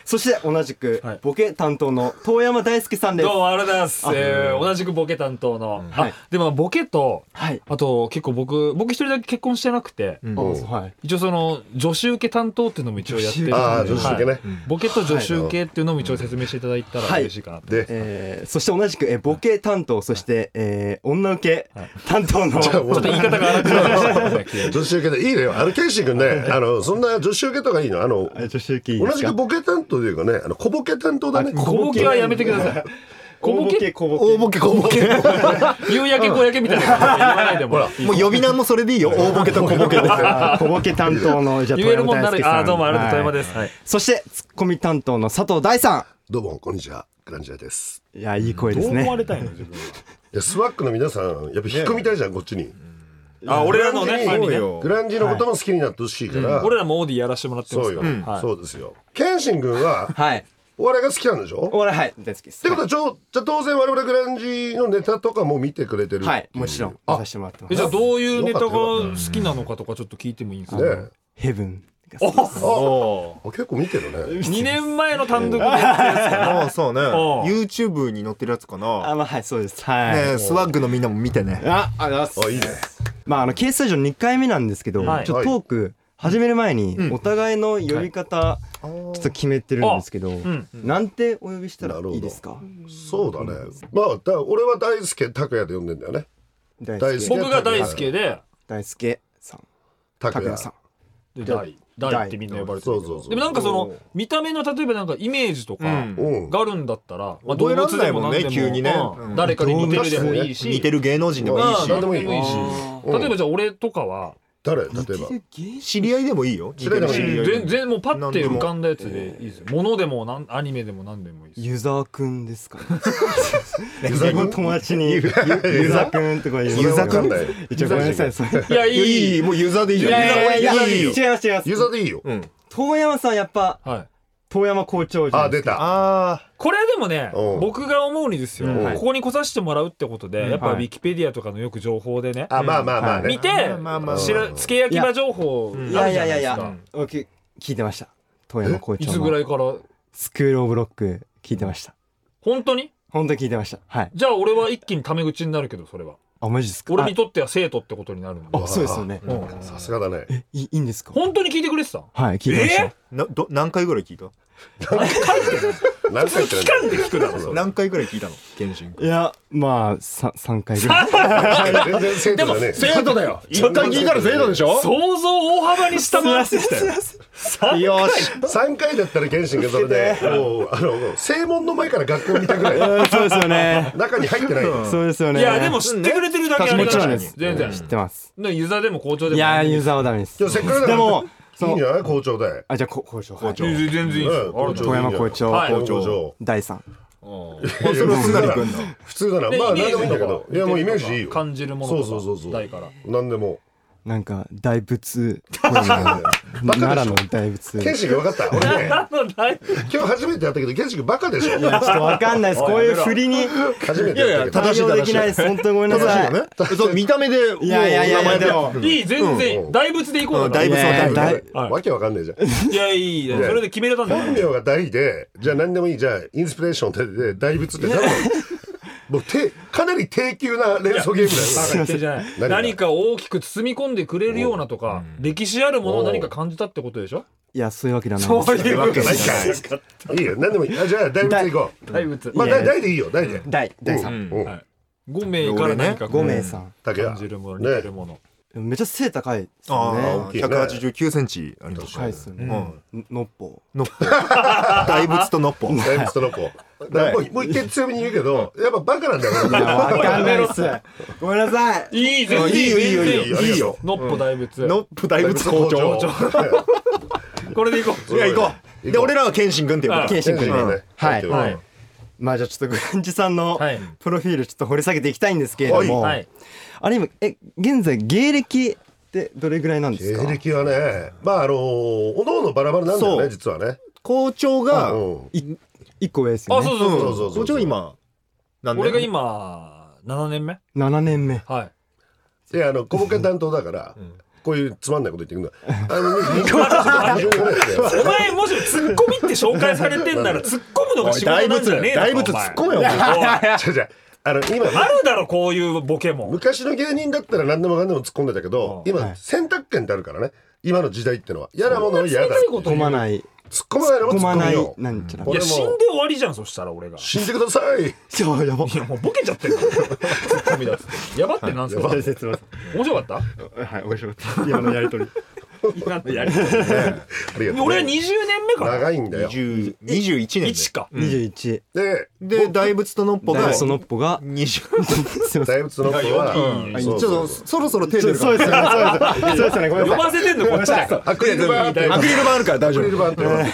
C: そして同じく
H: はい
C: ボケ担当の遠山大輔さんです
H: どう。もありがとうございます。えー同じくボケ担当の、あでもボケと
C: はい。
H: あと結構僕僕一人だけ結婚してなくて、
C: はい。
H: 一応その女子受け担当っていうのも一応やってるんで
G: ああ女子受け
H: は
G: ね
H: い。ボケと女子受けっていうのも一応説明していただいたら嬉しいかなと。
G: で。
C: えーそして同じく、えーボケ担当、そして、えー女受け担当 の、
G: ちょっと言い方
H: 荒くなっちゃったんだけど
G: 女子受けでいいのよ。あの、ケンシン君ね、あの、そんな女子受けとかいいのあの、
C: 女子受けいいで
G: 同
C: す
G: じ
C: か
G: くボケ担当というかね、あの、小ボケ担当だね。
H: 小ボケはやめてください。小ボケ、
C: 小ボケ。
F: 大ボケ、小ボケ。
H: 夕焼け小焼けみたいなこと言わないでもらっていい
F: もう呼び名もそれでいいよ。大ボケと小ボケで。
C: あー小ボケ担当の、じゃあ、
H: 言えるもんな
C: 遠山大輔
H: ら、
C: さん
H: あー、どうもありがとう、富山
C: はい
H: です。はい。
C: そして、ツッコミ担当の佐藤大さ
G: どうも、こんにちは。グランジャーです。
C: ん。いや、いい声で
H: ど
C: す
H: う思わ
C: ね。
H: れたいの自分
G: いや、スワックの皆さん、やっぱ引っ込みたいじゃん、こっちに。
H: は。あ、俺らのね、ファンにね
G: グランジのことも好きになってほしいから。
H: 俺らもオーディやらしてもらってま
G: そう
H: す
G: よ
H: から。は。い
G: そうですよ。ケンシン君は、
C: はい。
G: お笑いが好きなんでし
C: お
G: ょ
C: 笑い、 はい、大好きで
G: って
C: す
G: こ。とは、ちょ、じゃあ当然我々グランジのネタとかも見てくれてる。
C: はい、もちろん、見させてもらってま
H: え
C: す
H: じゃあ、どういうネタが好きなのかとかちょっと聞いてもいいですか
G: ね
C: ヘブンが
H: お
C: 好きです。
H: お
G: あ結構見てるね。
H: !2 年前の単独のや
F: ああ、そうね。
H: おう
F: YouTube に載ってるやつかな。
C: あ、まあ、はい、そうです。はい。
F: ねえスワッグのみんなも見てね。
C: あ、ありがとうご
G: あ、
C: ざいます。
G: いいね。
C: まあ、あの、ケースタジオ2回目なんですけど、
H: はい
C: ちょっとトーク始める前に、お互いの呼び方、ちょっと決めてるんですけど、
H: ん
C: なんてお呼びしたらいいですか
G: そうだね。まあ、だ俺は大輔拓也で呼んでんだよね。
C: 大
G: 大
H: つ。
G: 輔
H: 僕が大輔で、
C: 大輔さん、
G: 拓
C: 拓也さん。
H: で大、大ってみんな呼ばれてる
G: そう
H: け
G: そう
H: ど。
G: そう
H: でもなんかその、見た目の例えばなんかイメージとか、
G: うん。
H: があるんだったら、まあ、動
F: 覚えら
H: 物
F: んな
H: で
F: い
H: も
F: もんね
H: 何でも
F: 急にねうん
H: 誰かに似てるでもいいし、
F: 似てる芸能人でもいい
H: まあ
F: し
G: 何でもいい
H: 何でもいいし、
G: うん
H: 例えばじゃあ俺とかは、
G: 誰例えば。
F: 知り合いでもいいよ
G: 知り合いでもいい
F: 似てる知り合い
H: 全然もうパッて浮かんだやつでいいですよ。物でもなんアニメでも何でもいいです。
C: 湯沢くんですかね。
G: 湯
C: 僕の友達に、湯沢くんとか言う。
F: 湯沢く
G: わ
F: ん
G: かんない
C: 一応ごめんなさい、それ。い
H: いやい
F: いやいいもうユーザーでいいじゃん
C: やいやいや、
F: いい
C: 違い
F: よ
C: ます違いま
G: ユー
C: す。
G: ザーでいいよ。
F: うん
C: 遠山さんやっぱ、
H: はい。
C: 遠山校長じゃな
G: あ、
C: いで
G: 出
C: すか。
G: た。
F: あ
H: これはでもね
G: うん、
H: 僕が思うにですよ、
G: うん
H: ここに来させてもらうってことで、やっぱ
C: は
H: ウ
C: い
H: ィキペディアとかのよく情報でね、
G: あ、まあまあまあ
C: はい
G: ね
H: 見。て
F: まあまあまあ、
H: 知らつけ焼き場情報ある
C: い
H: じゃな
C: や
H: い
C: いやいやい
H: です
C: や
H: か。、
C: おき聞いてました。遠山校
H: い
C: 長
H: つぐら
C: の
H: いから、
C: スクールオブロック聞いてました。
H: 本当に
C: 本当に聞いてました。はい。
H: じゃあ俺は一気にタメ口になるけど、それは。
C: あマジですか
H: 俺にとっては生徒ってことになるんで
C: あそうですよね
H: うん
G: さすがだね
C: えいいいんですか
H: 本当に聞いてくれてた
C: はい聞いてました、
F: など何回ぐらい聞いた
G: 何回言ってるんだよ
F: 何回ぐらい聞いたの健信君
C: いやまあさ三回ぐらい
G: 全然生徒だね
H: 生徒だよ
G: 一回聞いたら生徒でしょ
H: 想像を大幅に下回ってきたよ
G: よし3回だったら謙信がそれでもうあの正門の前から学校見たぐらい
C: そうですよね
G: 中に入ってないよ
C: そうですよね
H: いやでも知ってくれてるだけありが
C: もちろ
H: た
C: んで
H: い
C: す
H: 全然
C: 知ってます
H: でユザでも校長でも
C: いやユーザーはダメです
G: じゃあせっかくだから
C: でもそ
G: いいんじ
C: の
G: ゃない校長で
C: あじゃあこ校長校
H: いや全然いいですよ
G: うん
H: あると
C: 遠山校長、
H: はい
G: 校長
C: 第三
G: それ普通なら普通なら
H: で
G: まあ
H: イメ
G: 何
H: ージ
G: でもいい
H: とか
G: んだけどいやもうイメージいいよ
H: 感じるものとか
G: そうそうそうそう
H: ないから
G: 何でも
C: なんか大仏これ奈良の大仏
G: 謙信が分かった俺ね
H: ない
G: 今日初めてやったけど健信君バカでしょ
C: いやちょっとわかんないですこういう振りに
G: 初めてやったけど
C: 対応できないです本当にごめんなさい
G: ね
F: そう見た目でもう
C: いやいやいやいやでも
H: いい全然大仏で行こう
F: だいぶそうだいぶ
C: だい
H: はい
G: わけわかんねえじゃん
H: いやいいいいそれで決めれたんだ
G: 本名が大でじゃあ何でもいいじゃあインスピレーションでで大仏って多 分もうてかなり低級な連想ゲームだよ
H: 何じゃない
G: 何が
H: 何か大きく包み込んでくれるようなとか歴史あるものを何か感じたってことでしょ
C: いやそういうわけではないです
G: いいわけないかいいよ何でもいいあじゃあ大仏でいこう
H: 大仏
G: まあ大大でいいよ大で
C: 第第
G: う
C: 三
G: ん
H: うんはい五名から何かこう
C: 五名さん
G: 竹
H: 感
G: 谷
H: じるもの似てるもの
C: めっちゃ背高いですよね
F: ああ
G: ね
F: 189センチありまし
C: 高い
F: た
C: ですよね
F: うん
C: のっぽ
F: のっぽ大仏とのっぽ
G: 大仏との子だからもうもう一回強めに言うけどやっぱバカなんだよ
C: いやわかんないですごめんなさい
H: いい全
F: うん
H: 然
F: いいよいいよいいよいいよ
H: ノッポ大仏
F: のっぽ大仏校長
H: これでいこう
F: いや行こうで俺らは健信君って呼ぶ
H: あ
F: か
C: 謙
F: ら
C: 信
G: 健
C: 君
G: 信君ね
C: はい
G: は
H: はい
C: まあじゃあちょっとグランジさんの
H: はい
C: プロフィールちょっと掘り下げていきたいんですけれども
H: はい
C: あれ今え現在芸歴ってどれぐらいなんですか
G: 芸歴はねまああのおのおのバラバラなんだよ
F: そ
G: ね
F: う
G: 実はね
F: 校長
G: う
F: が
G: ん
C: い一個上ですよ
H: あ
C: ね
H: そうそうそう
G: そうそうそう
F: 校長今何
H: 俺が今7年目
C: 7年目
H: はい
G: いやあの小ボケ担当だから、こういうつまんないこと言ってくんだ。あの、20 20ぐらいで
H: お前もしツッコミって紹介されてんなら突っ込むのが仕事なんじゃねえのか
F: 大仏大仏
H: お前
F: 突っ込めよお前
H: おいあ
G: 違う違うあの、今、
H: るだろこういうボケも
G: 昔の芸人だったら何でもかんでも突っ込んでたけど、
H: うん
G: 今、選択権ってあるからね。今の時代ってのは。嫌なものは嫌だ。
H: そんな冷たいこと
G: 突っ
C: 込まない
G: 込まないのも突
C: 込
G: っ
C: ま
G: 込
C: な
G: む
C: い
G: よ。
C: なんちゃら
H: い
G: 俺
H: や
G: も
H: 死んで終わりじゃんそしたら俺が
G: 死んでください。
C: そうやば
H: いやもうボケちゃってるからツッコミだっつってやばってなんすか
C: ま
H: 面白かった
C: はい面白い今のやりとり
G: ありがとう
H: 俺は20年目から
G: 長いんだよ。
F: 20 21年
H: 1か
C: 21
G: で、
F: でで大仏とのっぽ
C: ダ
F: が
C: イソのっぽが
F: 20
C: すいません
G: 大仏の子は、
F: ち
G: そ
F: ょ
G: うそう
F: っと
G: そう
F: そろそろ手出るから
C: ですよねそうですそうですよねごめん
H: 呼ばせてんのこっちだ
G: アクリル板、アク
F: アクリル板あるから大丈
G: リル
F: 夫
G: 板っていうのは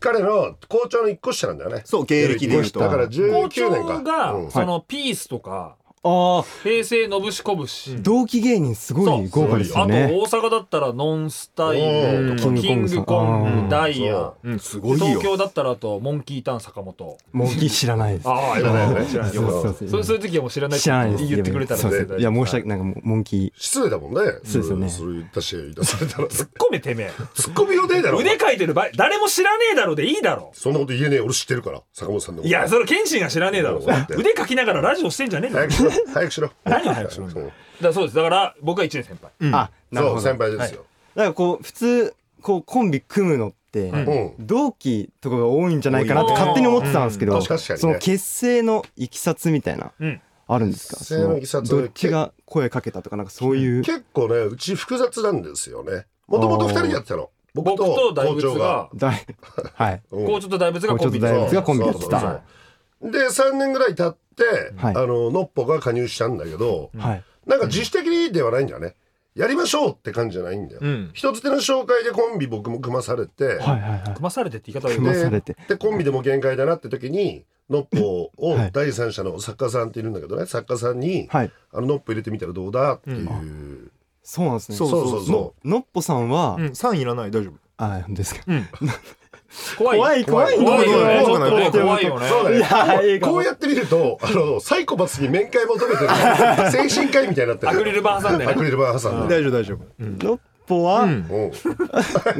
G: 彼の校長の一個下なんだよね。
F: そう芸歴で言うと
G: だから
H: 校
G: 19年
H: 長
G: か。
H: がそのピースとか
C: ああ
H: 平成のぶしこぶし
C: 同期芸人すごい豪華ですよね
H: あと大阪だったらノンスタイルと
C: うん
H: かキン
C: キング
H: グコ
C: コン
H: ン
C: グ
H: グダイヤ
F: うんすごい
H: 東
F: よ
H: 京だったらあとモンキーターン坂本
C: もう知らないです
H: ああ知らないよね知らない
C: そうそうそう
H: そうそういう時はもう知らないっ
C: 知らないです
H: て言ってくれたら
C: そうです
H: ね
C: いや申し訳ないなんかもうモンキ
G: 失礼だもんね。
C: そうですよね
G: そう言ったし、出されたら。突っ
H: 突っ込めてめえ
G: 込み予定だろ。
H: 腕かいてる場合誰も知らねえだろでいいだろ
G: そんなこと言えねえ、俺知ってるから、坂本さんのこと
H: いやそれ謙信が知らねえだろ
G: そうだって
H: 腕かきながらラジオしてんじゃねえんだよ
G: 早くしろ、早くしろ。
H: 何を早くしろんだ
G: そ
H: よ
G: う
H: だからそうですだから僕は1年先輩
C: ーあなる
G: そ
C: ほ
G: う、
C: ど
G: 先輩ですよ。
C: なんかこう普通こうコンビ組むのって
G: うん。
C: 同期とかが多いんじゃないかなって勝手に思ってたんですけ
G: う
C: ど
G: ん確かにね
C: その結成のいきさつみたいな
H: うん
C: あるんですか
G: 結成のいきさつ
C: そのどっちが声かけたとかなんかそういう
G: 結構ね、うち複雑なんですよね。もともと二人でやってたの。僕
H: 僕と
G: と
H: 大
G: 校
H: 仏
G: 長が。
H: が
C: だいはい
G: うん
H: 校長と大仏がコンビ
C: 校長と大
H: で
C: 仏がコンビやってた
G: そうそうそうで、3年ぐらい経って、
C: はい
G: あの、ノッポが加入したんだけど、
C: はい
G: なんか自主的にではないんだよね。やりましょうって感じじゃないんだよ。
F: うん
G: 一つ手の紹介でコンビ僕も組まされて、
C: はいはいはい
H: 組まされてって言い方は
C: 組まされて
G: でコンビでも限界だなって時にノッポを
C: はい
G: 第三者の作家さんっているんだけどね作家さんに、
C: はい
G: あのノッポ入れてみたらどうだっていう、
C: そうなんですね
G: そうそうそうそ
C: のっぽさんは
F: うん3いらない大丈夫
C: あ本当ですか
H: 怖い
C: 怖い怖い
H: 怖いよねち
F: 怖くな
H: ょっ
F: い
H: とね怖いよ
G: う
H: ね
G: そうだよね
C: やいいかも
G: こうやって見るとあのサイコパスに面会求めてる精 神科医みたいになってる
H: アクリル板挟んでね
G: アクリル板挟んで、
F: 大丈夫大丈夫
C: のっぽは
G: うん、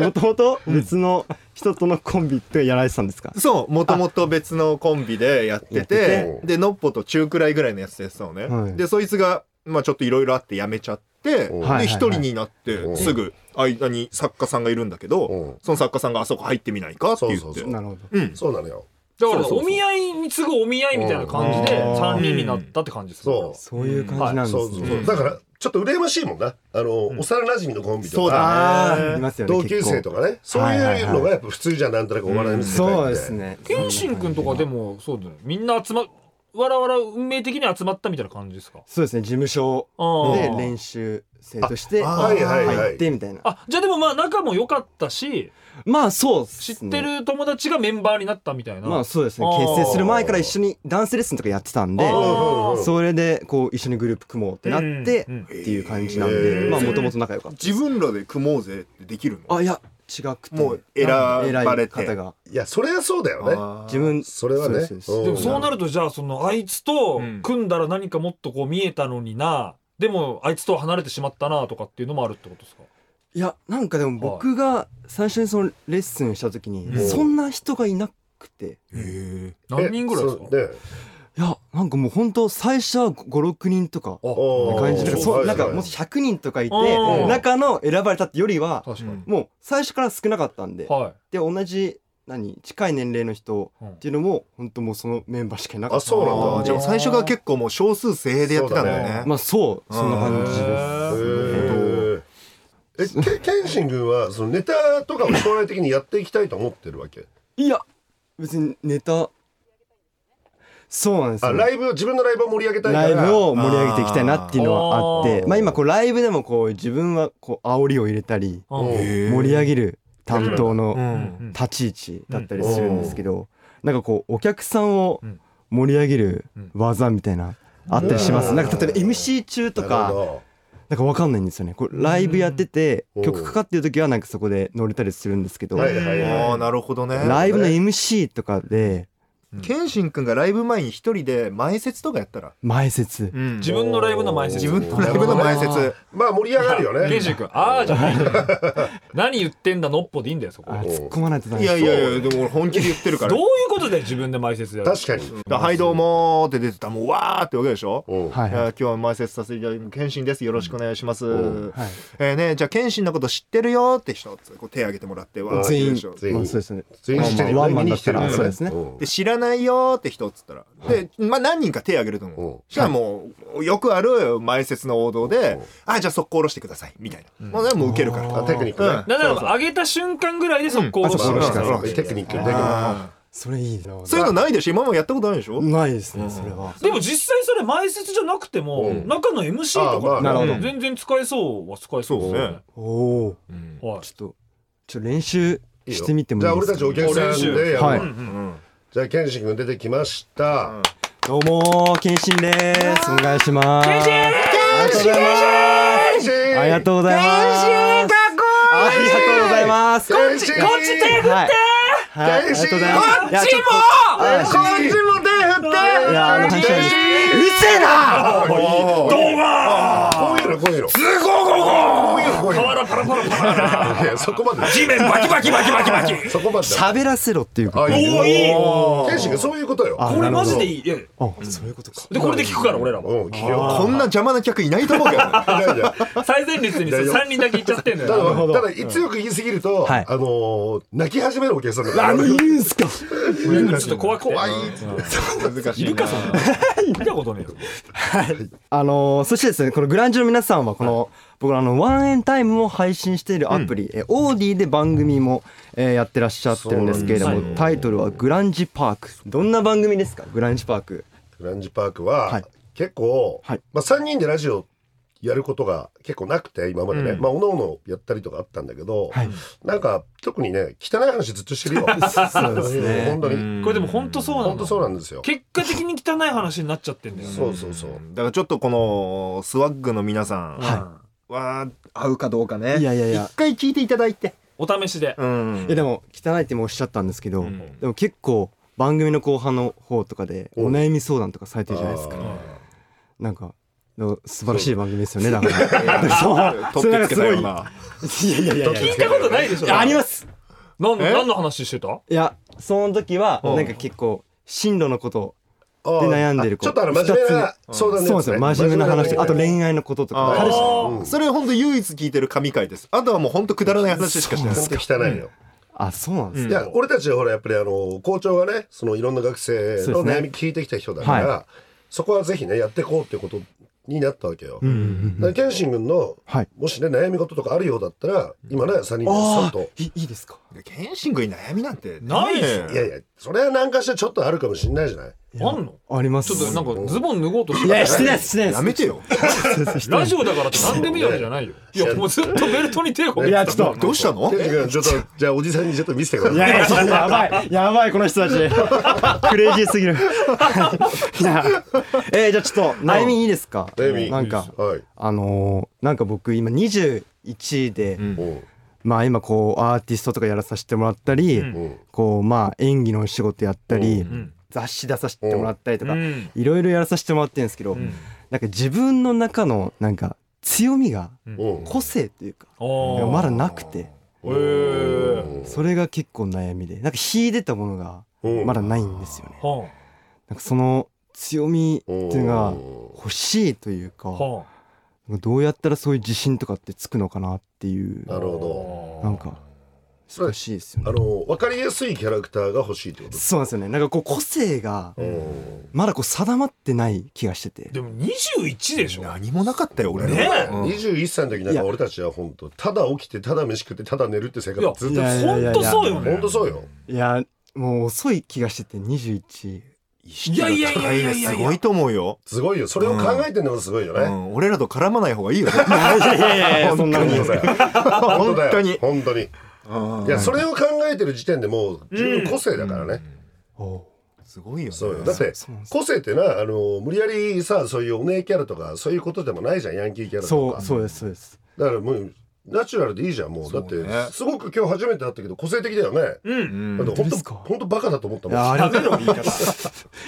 C: もともと別の人とのコンビってやられてたんですか
F: そうもともと別のコンビでやって
C: やって
G: て
F: でノッポと中くらいぐらいのやつやってたのね、
C: はい
F: でそいつがまあちょっといろいろあってやめちゃってで
G: うん
C: はいはい
F: 一人になっ
G: う
F: て
G: ん
F: すぐ間に作家さんがいるんだけ
G: う
F: ど
G: ん
F: その作家さんがあそこ入ってみないかって言
G: そう
F: っ
G: そう
F: て
G: そう
C: なるほど
F: うん
G: そうなのよ
H: だから
F: そうそうそう
H: お見合いに次ぐお見合いみたいな感じで
F: うん
H: 3人になったって感じですね
G: そう
C: そういう感じなんです
G: そ
C: ね、
G: うそうそうだからちょっと羨ましいもんなあの、幼馴染のコンビ
F: そ
G: と
F: う
G: か
C: あ
F: だ
C: ー
F: ね
C: いますよね
G: 同級生とかねそういうのがやっぱ普通じゃんなんとなくお笑いの世界って、
C: そうですね
H: 謙信君とかでもそうだよねみんな集まわらわら運命的に集まったみたいな感じですか
C: そうですね事務所
H: あ
C: で
H: ー
C: 練習生として
G: あはいはいはい
C: 入ってみたいな
H: あじゃあでもまあ仲も良かったし
C: まあそうっ
H: 知っ
C: すね
H: てる友達がメンバーになったみたいな、
C: まあそうですね
H: あー
C: 結成する前から一緒にダンスレッスンとかやってたんで
H: あー
C: それでこう一緒にグループ組もうってなって
H: うんうん
C: っていう感じなん
G: へ
C: で
G: ー
C: まあもともと仲良かった
F: 自分らで組もうぜってできるの
C: あいや違くて
F: もう選ばれて
C: なんか偉い方が
G: いやそれはそうだよね
F: あー
C: 自分
G: それはね
C: そうですそう
G: うん
H: でもそうなるとじゃあそのあいつと
F: うん
H: 組んだら何かもっとこう見えたのになでもあいつとは離れてしまったなとかっていうのもあるってことですか
C: いやなんかでも僕が最初にそのレッスンした時に
G: うん
C: そんな人がいなくて
H: 何人ぐらいですか
G: えそうね
C: いやなんかもう本当最初は56人とか
G: おー
C: 感じだからそうなんか
G: はい
C: も
G: はい
C: し100人とかいて
H: うん
C: 中の選ばれたってよりは
H: 確かに、
C: もう最初から少なかったんで
H: はい
C: で同じ何近い年齢の人
H: うん
C: っていうのも本当もうそのメンバーしかいなか
G: あ
C: った
G: そうなん
F: あ
G: だ
F: ーじゃあ最初が結構もう少数精鋭でやってたんだよ
G: そう
F: ね
G: だ
C: まあそうそんな感じ
H: へ
C: で
G: へー
H: ー
G: えけ謙信君はそのネタとかを将来的にやっていきたいと思ってるわけ
C: すいや別にネタそうなんです
G: あ
C: よ
G: ライブを自分のライブを盛り上げたいか
C: ラ
G: ら
C: イブを盛り上げていきたいなっていうのはあっ
H: あ
C: て
H: ー
C: まあ今こうライブでもこう自分はこう煽りを入れたり
H: うん
G: うん
C: 盛り上げる担当の
H: うん
C: 立ち位置だったりするんですけど、なんかこうお客さんを
H: うん
C: 盛り上げる
H: うん
C: 技みたいな、あったりします、
G: うん
C: なんか例えば MC 中と
G: なる
C: か
G: ほ
C: なんかわかんないんですよねこうライブやってて、
G: うん
C: 曲かかってる時はなんかそこで乗れたりするんですけど、
G: どはいはい
F: あ
G: は
F: あなるほどね
C: ライブの MC とかで
F: 謙信君がライブ前に一人で前説とかやったら、
C: 前説
H: 自分のライブの前説
F: 自分のライブの前説
G: いまあ盛り上がるよね
H: ケンシー君ああじ ゃないのよ何言ってんだのっぽでいいんだよそこ
C: あ
H: どういう
C: 突っ込まないとダメ
F: いやいやいやでも俺本気で言ってるから
H: ことで自分で埋設でやる
G: 確かに
F: だからはいどうもーって出てたらもうわーってわけでしょ、
G: うん
C: はいい
F: や
C: はい
F: 今日は前説させていただきます謙信ですよろしくお願いします、
G: うん
C: はい
F: えーねじゃあ謙信のこと知ってるよーって人つってこう手挙げてもらってわーって
C: 全
F: 言う
C: 員
F: でしょ
G: 全員
C: まあそうですね
G: 全員知ってるよ
C: ワン
G: ね
C: マン
G: 見
C: だ
G: に来
C: っ
G: てる
C: た
G: よ
C: ら
G: ね
C: そうですね
G: うん
F: で知らないよーって人っつったら、で、まあ、何人か手挙げると
G: う
F: 思
G: ん
F: うしたらもうよくある前説の王道で「あじゃあ速攻下ろしてください」みたいな、もうねもう受けるから
G: あテクニック
F: うん
G: ね
H: なんなら上げた瞬間ぐらいで速攻を
F: うんあ
H: し
F: そ
H: て
F: うそうそう
G: テクニックね
F: あ
C: それいいな
F: ーそういうのないでしょ今もやったことないでしょ、
C: ないですねそれは、
H: でも実際それ前説じゃなくても、
G: うん
H: 中の MC と
G: あ
H: か
G: あまあ
C: なるほ
H: 全然使えそうは使えそうで
F: そ
H: す
F: うね
H: ね。
C: おお
H: はい
C: ちょっとちょっと練習
G: いいよ
C: してみても
G: じゃ
C: い
G: あ
C: い
G: 俺
C: で
G: た
C: すか
G: ちお客さんでやる
C: はい
G: わじゃあ健信君出てきました
C: どうもー、謙信です。お願いします。謙信ありがとうござい
G: 健信
C: ます。ありがとうございます。謙信かっこいい
G: 健信こっ
C: ありがとうございます。
G: ち手
C: はい。はい、あり
G: 謙
C: がとう
G: 信
C: ございます。いやちょっ
G: こっちも手振って
C: といや、あの、感謝です。うるせえな
G: 動画こういうのこういうのズゴゴゴこういうのこういうの
H: パラパラパラパラ。
G: いやそこまで
H: 地面バキバキバキバキバキ。
G: そこまでだ
C: 喋らせろっていうこと。
G: あいい
H: おーいい
G: おー健信君そういうことよ
C: あ
H: これマジで
G: い
H: いい。いやで
C: あ、そういうことか。
H: これで聞くから俺らも。
G: うん聞くよ
F: こんな邪魔な客いないと思うけどね
G: いやいや
H: 最前列に
G: いやよ
H: 3人だけ行っちゃってんの
G: た
H: よ。
G: だ、ただ強く言いすぎると、
C: はい
G: あのー泣き始めるお客さんだから。
C: 言うんすか
H: 今ちょっと怖い怖
G: 怖
H: い
G: い。。
F: 難しい
H: い
F: な
H: るかそんな。見たことねえよ。
C: あのーそしてですねこのグランジの皆さんはこの、僕らあのワンエンタイムを配信しているアプリ、えオーディで番組も、えーやってらっしゃってるんですけれど
G: そ
C: も
G: うなんですよ
C: タイトルは「グランジパーク」どんな番組ですかグランジパーク
G: グランジパークは、
C: はい
G: 結構、
C: はい
G: まあ、3人でラジオやることが結構なくて今までね、まあおのおのやったりとかあったんだけど、
C: はい
G: なんか特にね汚い話ずっとしてるよ
C: そうですね
G: 本当に、
H: これでも本当そうな
G: 本当
H: の。
G: そうなんですよ
H: 結果的に汚い話になっちゃってんだよね。
G: そうそうそう
F: だからちょっとこのスワッグの皆さん
H: はい
F: は合うかどうかね
C: いやいやいや
F: 一回聞いていただいて
H: お試しで。
F: うん
C: えでも汚いって今おっしゃったんですけど、
F: ん
C: でも結構番組の後半の方とかで
G: うん
C: お悩み相談とかされてるじゃないですかなんかでも素晴らしい番組ですよねだから そう
F: 取ってつけたよ
C: それ
F: うな
C: なんかすごいいやいやいやいや
H: 聞いたことないでしょ。
C: あります
H: なん
F: え
H: 何の話してた？
C: いやその時は
F: うん
C: なんか結構進路のことを
G: あー
C: で悩んでる子
G: あちょっとあの真面目な相
C: そう
G: 談
C: なんですよ真面目な話あと
G: 愛
C: 恋愛のこととか
F: あ
C: 彼氏
F: ーそれ本当唯一聞いてる神回ですあとはもう本当くだらない話しかしてない
G: 本当汚いよ、
C: あそうなんです
G: いや俺たちはほらやっぱりあの校長がねそのいろんな学生の悩み聞いてきた人だからそ,、
C: は
G: こはぜひねやっていこうっていうことになったわけよ、だから謙信君の、
C: はい
G: もしね悩み事とかあるようだったら今ね3人でさっと
C: いいいですか
F: 謙信君に悩みなんて
H: ないですよ
G: いやいやそれは何かしてちょっとあるかもしれないじゃない
H: あんの
C: ありま
H: ち
C: す
H: ょっとなんかズボン脱ごうとして
A: いやしてないですしてないで
F: や
A: す
F: めてよ
H: ラジオだからって何でもいいわけじゃないよ。いや、もうずっとベルトに手をかけて
A: いやちょっと
F: どうしたの
G: 謙信君ちょっとじゃあおじさんにちょっと見せて
A: い
G: ください
A: やいやちょっとやばいやばいこの人たちクレイジーすぎるいや
C: えーじゃあちょっと悩みいいですか
G: 悩み
C: なんか
G: はい
C: あのーなんか僕今21で
G: おう
C: まあ今こうアーティストとかやらさせてもらったり
H: うん
G: おう
C: こうまあ演技のお仕事やったり
H: ん
C: 雑誌出させてもらったりと
H: う
C: か
H: ん
C: いろいろやらさせてもらってるんですけど
H: うん
C: なんか自分の中のなんか強みが
G: おう
C: 個性というか
H: あー
C: まだなくて
H: へー
C: それが結構悩みでなんか秀でたものが
G: うん
C: まだないんですよね
H: は
C: なんかその強みっていうのが
G: お
C: 欲しいというか
H: あは
C: どうやったらそういう自信とかってつくのかなっていう
G: なるほど
H: あ
C: なんか
G: それ
C: 難しいですよ
G: あ
C: ね
G: の分かりやすいキャラクターが欲しいってこと
C: そうなんですよねなんかこう個性が
G: うん
C: まだこう定まってない気がしてて
H: でも21でしょ
F: 何もなかったよ俺
H: ねえ
F: うん
G: 21歳の時なんか俺たちは本当ただ起きてただ飯食ってただ寝るって生活
H: いや
G: ずっ
C: い
G: と
C: やいやいや
H: 本当そうよね
G: 本当そうよ
C: いやもう遅い気がしてて21
F: 意識の高いのすごいと思うよ
G: すごいよそれを考えてるのがすごいよ
F: う
G: ね
F: ん俺らと絡まない方がいいよ
C: いやいやいやそんなこ
G: 本
C: と
G: 当
C: ないです
G: だよ本当だよ
F: 本当に
G: 本当にいやそれを考えてる時点でもう自分の個性だからね
F: すごいよね
G: そうよだって
C: そうなんです
G: 個性ってなあの無理やりさそういうお姉キャラとかそういうことでもないじゃんヤンキーキャラと
C: そ
G: か
C: うそうですそうです
G: だからもうナチュラルでいいじゃんもうだ
F: そう
G: っ
F: ね
G: てすごく今日初めて会ったけど個性的だよね
H: うん
G: だって
C: 当
G: 本
C: で
G: 当
C: すか
G: 本当バカだと思った
C: い
G: もん
C: やありがとう
F: の言い方
C: い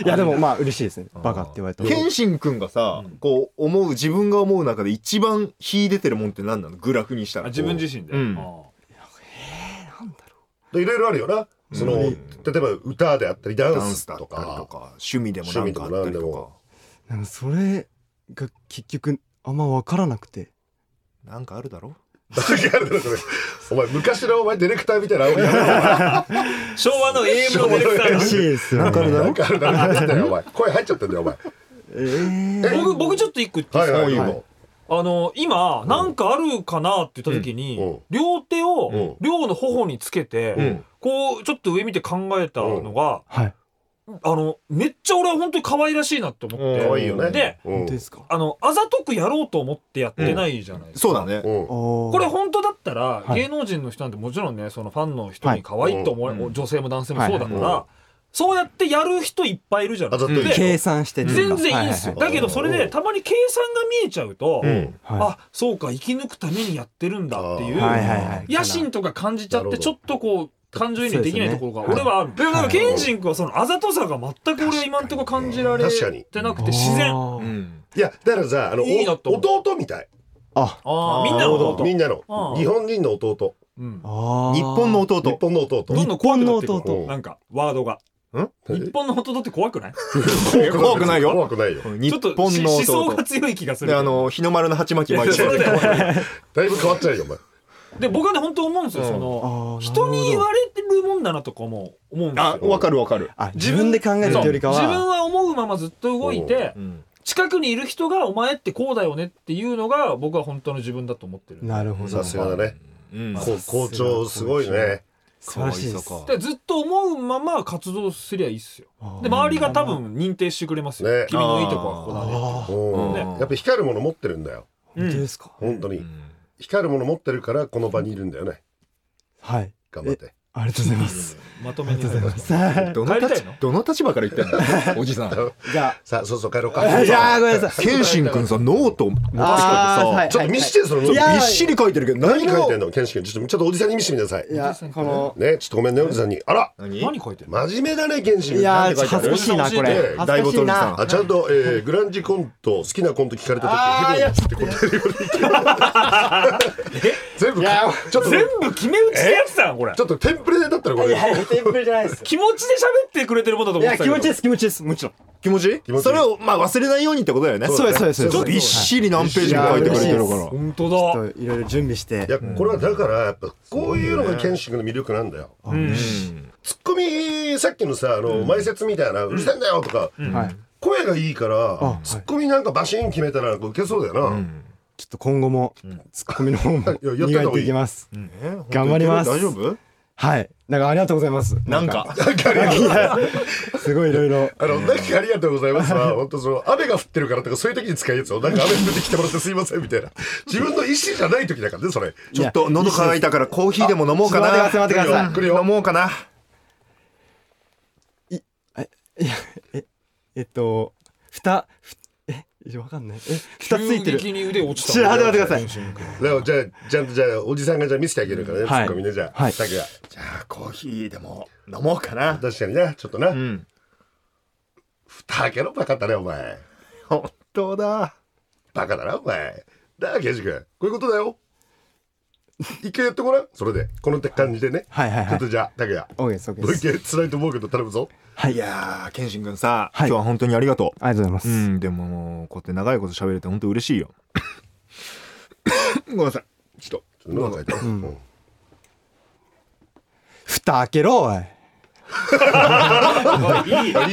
C: やでもまあ嬉しいですねバカって言われたら
F: 謙信君がさこう思う自分が思う中で一番秀でてるもんって何なのグラフにした
H: あ
F: ら
H: 自分自身で、
F: うん
H: あ
G: でいろいろあるよな。その、例えば歌であったりダン
F: ダンス
G: ス
F: だった
G: と
F: りとか
G: か。
F: 趣味でもなんかあったり
G: 趣味でもなんで
F: と
G: も
C: なんかそれが結局あんま分からなくて
F: かなんかあるだろ
G: お前昔のお前ディレクターみたいな煽りやめろお
H: ー昭和の AM のディレクター
G: 嬉
H: が
G: しい
C: です
F: なんかある
G: 前な
F: だろ
G: んかあるだろなんかあるだろお前声入っちゃってんだよお前。
H: 僕僕ちょっと一個言っていいですか、
G: はいはいはいはい
H: あの今なんかあるかなって言った時に、
G: うんうん
H: 両手を
G: う
H: 両の頬につけて、
G: うん
H: こうちょっと上見て考えたのが、
C: はい
H: あのめっちゃ俺は本当に可愛らしいなって思って、
G: 可愛いよね。
H: で
G: う
C: 本
G: ん
C: 当ですか
H: あのあざとくやろうと思ってやってないじゃないですか、
F: そうだね
G: うん
C: こ
H: これ本当だったら、
C: はい
H: 芸能人の人なんてもちろんねそのファンの人に可愛いと思われ、
F: はいうん
H: 女性も男性もそうだから、
G: はい
H: そうやってやる人いっぱいいるじゃな
G: あ
H: いで
G: ざと
H: すか。
G: い
H: で
C: 計算してっていうか
H: 全然いいんですよ、
G: はいはいはい
H: だけどそれでたまに計算が見えちゃうと、
G: うん
C: は
H: あそうか生き抜くためにやってるんだってい
C: いはいは
H: う
C: いはい
H: 野心とか感じちゃっ
G: なる
H: て
G: ほど
H: ちょっとこう感情移入できない
C: そう
H: と
C: ですね
H: ころ
C: は
H: が
C: い
H: 俺はあるでもなんかケンジン君はそのあざとさが全く俺は今んとこ感じられ
G: 確かに
H: てなくて自然あ
F: うん
G: いやだからさあの
H: いいなと思う
G: お弟みたい。
H: あーみんなのこと
G: みんなの
H: うん
G: 日本人の弟。
H: うん
C: あー
F: 日本の弟
G: 日本の弟。
H: どんどん怖くなってい
C: 日本
G: の
H: く
G: 弟
H: なんかワードが
G: え
H: 日本の弟って怖くない
F: 怖くないよ
G: 怖くないよ。
F: 日
H: ちょっと
F: 本
H: し
F: の
H: 思想
F: 弟
H: が強い気がする
F: であの日の丸の鉢巻き
H: いや
F: 巻いて
H: そ
F: る
H: れだよ
G: だいぶ変わっちゃうよお前。
H: で僕はね本当思うんですよ
F: うん
H: そ
C: あ
H: の
C: ー
H: 人に言
C: なるほど
H: われてるもんだなとかも思うんです
F: あ
H: よ
F: わかるわかる
C: あ自分で考えるというよりか
H: 自分
C: は
H: は思うままずっと動いて
F: うん
H: 近くにいる人がお前ってこうだよねっていうのが僕は本当の自分だと思ってるだか
C: なるほど
G: さ
C: 素
G: すがだね。
F: うん
G: こ校長すごいね。
C: 晴らしいです
F: かわいそうから
H: ずっと思うまま活動すりゃいいっすよ
C: あー
H: で周りが多分認定してくれますよ、
G: ね
H: 君のいいとこはここだね
C: あー
G: うん
H: ね
G: やっぱ光るもの持ってるんだよ。
H: う
C: 本当
H: ん
C: ですか
G: 本当
F: う
G: に。
F: ん
G: 光るもの持ってるからこの場にいるんだよね
C: はい
G: 頑張って
C: ありがとうございます
H: まとめになりまし
F: どの
H: 帰りた
F: 立
H: い
F: ち
H: の
F: どの立場から言ってんだよおじさん
C: じゃ
G: さあそうそう帰ろう
C: あ
G: か
C: いやーごめんなさ
F: 謙信君さノート伸ばしてて
C: あーは
F: さ
C: い
G: ちょっと見してその
C: いや
F: びっしり書いてるけど
G: 何
F: 何
G: 書い
F: を
G: てんの健志君ちょっとちょっとおじさんに見せてみなさい
C: いいやこの
G: ねちょっとごめんねおじさんにあら
H: た
F: 何
H: 何書いてる
G: 真面目だね健志
C: い
G: 君
C: や
G: なんて書
C: ー
G: いてあ
C: 恥ず
G: る
C: かしいなこ
G: ね
C: れ
G: え
C: 恥ずかしいな
G: あちゃんと、えー、グランジコント好きなコント聞かれた時ヘロンって答えるように 全部ちょっと
H: 全部決め打ちでやってたのこれ
G: ちょっとテンプレだったらこれ
C: テンプレじゃないです
H: 気持ちで喋ってくれてることだと
C: い
H: 思
C: や
H: ってた
C: 気
H: けど
C: 持ちいいです気持ちいいですもちろん
F: 気持ちい
G: 持ちい
F: い
G: い
F: それをまあ忘れないようにってことだよね
C: そうですそうですそうです
F: ちょっとびっしり何ページも書いてくれてるから
H: 本当だ。
D: といろいろ準備して
G: いやこれはだからやっぱこういうのがケンシングの魅力なんだよ。
H: うん
G: ツッコミさっきのさあの前説みたいな「うるせえんだよ」とか
D: はい
G: 声がいいから
D: はい
G: ツッコミなんかバシーン決めたらウケそうだよな。
D: ちょっと今後もツッコミの方も
G: いややってた
D: 磨
G: 方
D: い
G: が
D: て
G: いい
D: いきます
F: え
D: 頑張ります
F: 本当に大丈夫
D: はいなんかありがとうございます
F: なんか
D: いやすごいいろいろ
G: あの、なんかありがとうございますは、本当その、雨が降ってるからとか、そういう時に使うやつを、なんか雨降ってきてもらってすいませんみた いな。自分の意思じゃない時だからね、それ。
F: ちょっと喉乾いたからコーヒーでも飲もうかな
D: ちょっと待ってください待って
G: ください
F: 飲もうかな
D: えっと蓋ふえわかんないえ蓋ついて
H: 急
D: る
H: 激に腕落ちた。
D: ちょっと待って待ってくださ
H: い。
G: だからじゃあ、じゃあ、じゃあ、おじさんがじゃあ見せてあげるからね、ツ
D: はい
G: ッコミね、じゃあ。
D: はい
G: 竹が。
F: じゃあコーヒーでも飲もうかな
G: 確かにな、ちょっとな。
F: ん
G: 蓋開けろ、バカだね、お前。
F: 本当だ
G: バカだな、お前。なあ、ケンシ君。こういうことだよ。一回やってごらん。それで、この感じでね。
D: はいはい
G: ちょ
D: は
G: っ
D: い
G: とじゃあ、竹が。
D: オーケーですオーケー
G: も
D: で
G: う
D: す
G: 一回辛いと思うけど頼むぞ。
D: はい
F: いやー健信君さ、
D: はい
F: 今日は本当にありがと
D: ありがとうございます、
F: ううんでもこうやって長いこと喋れて本当嬉しいよごめんなさい
G: ちょっと。喉が痛いうん
D: 蓋開けろおい
G: いいいいいいい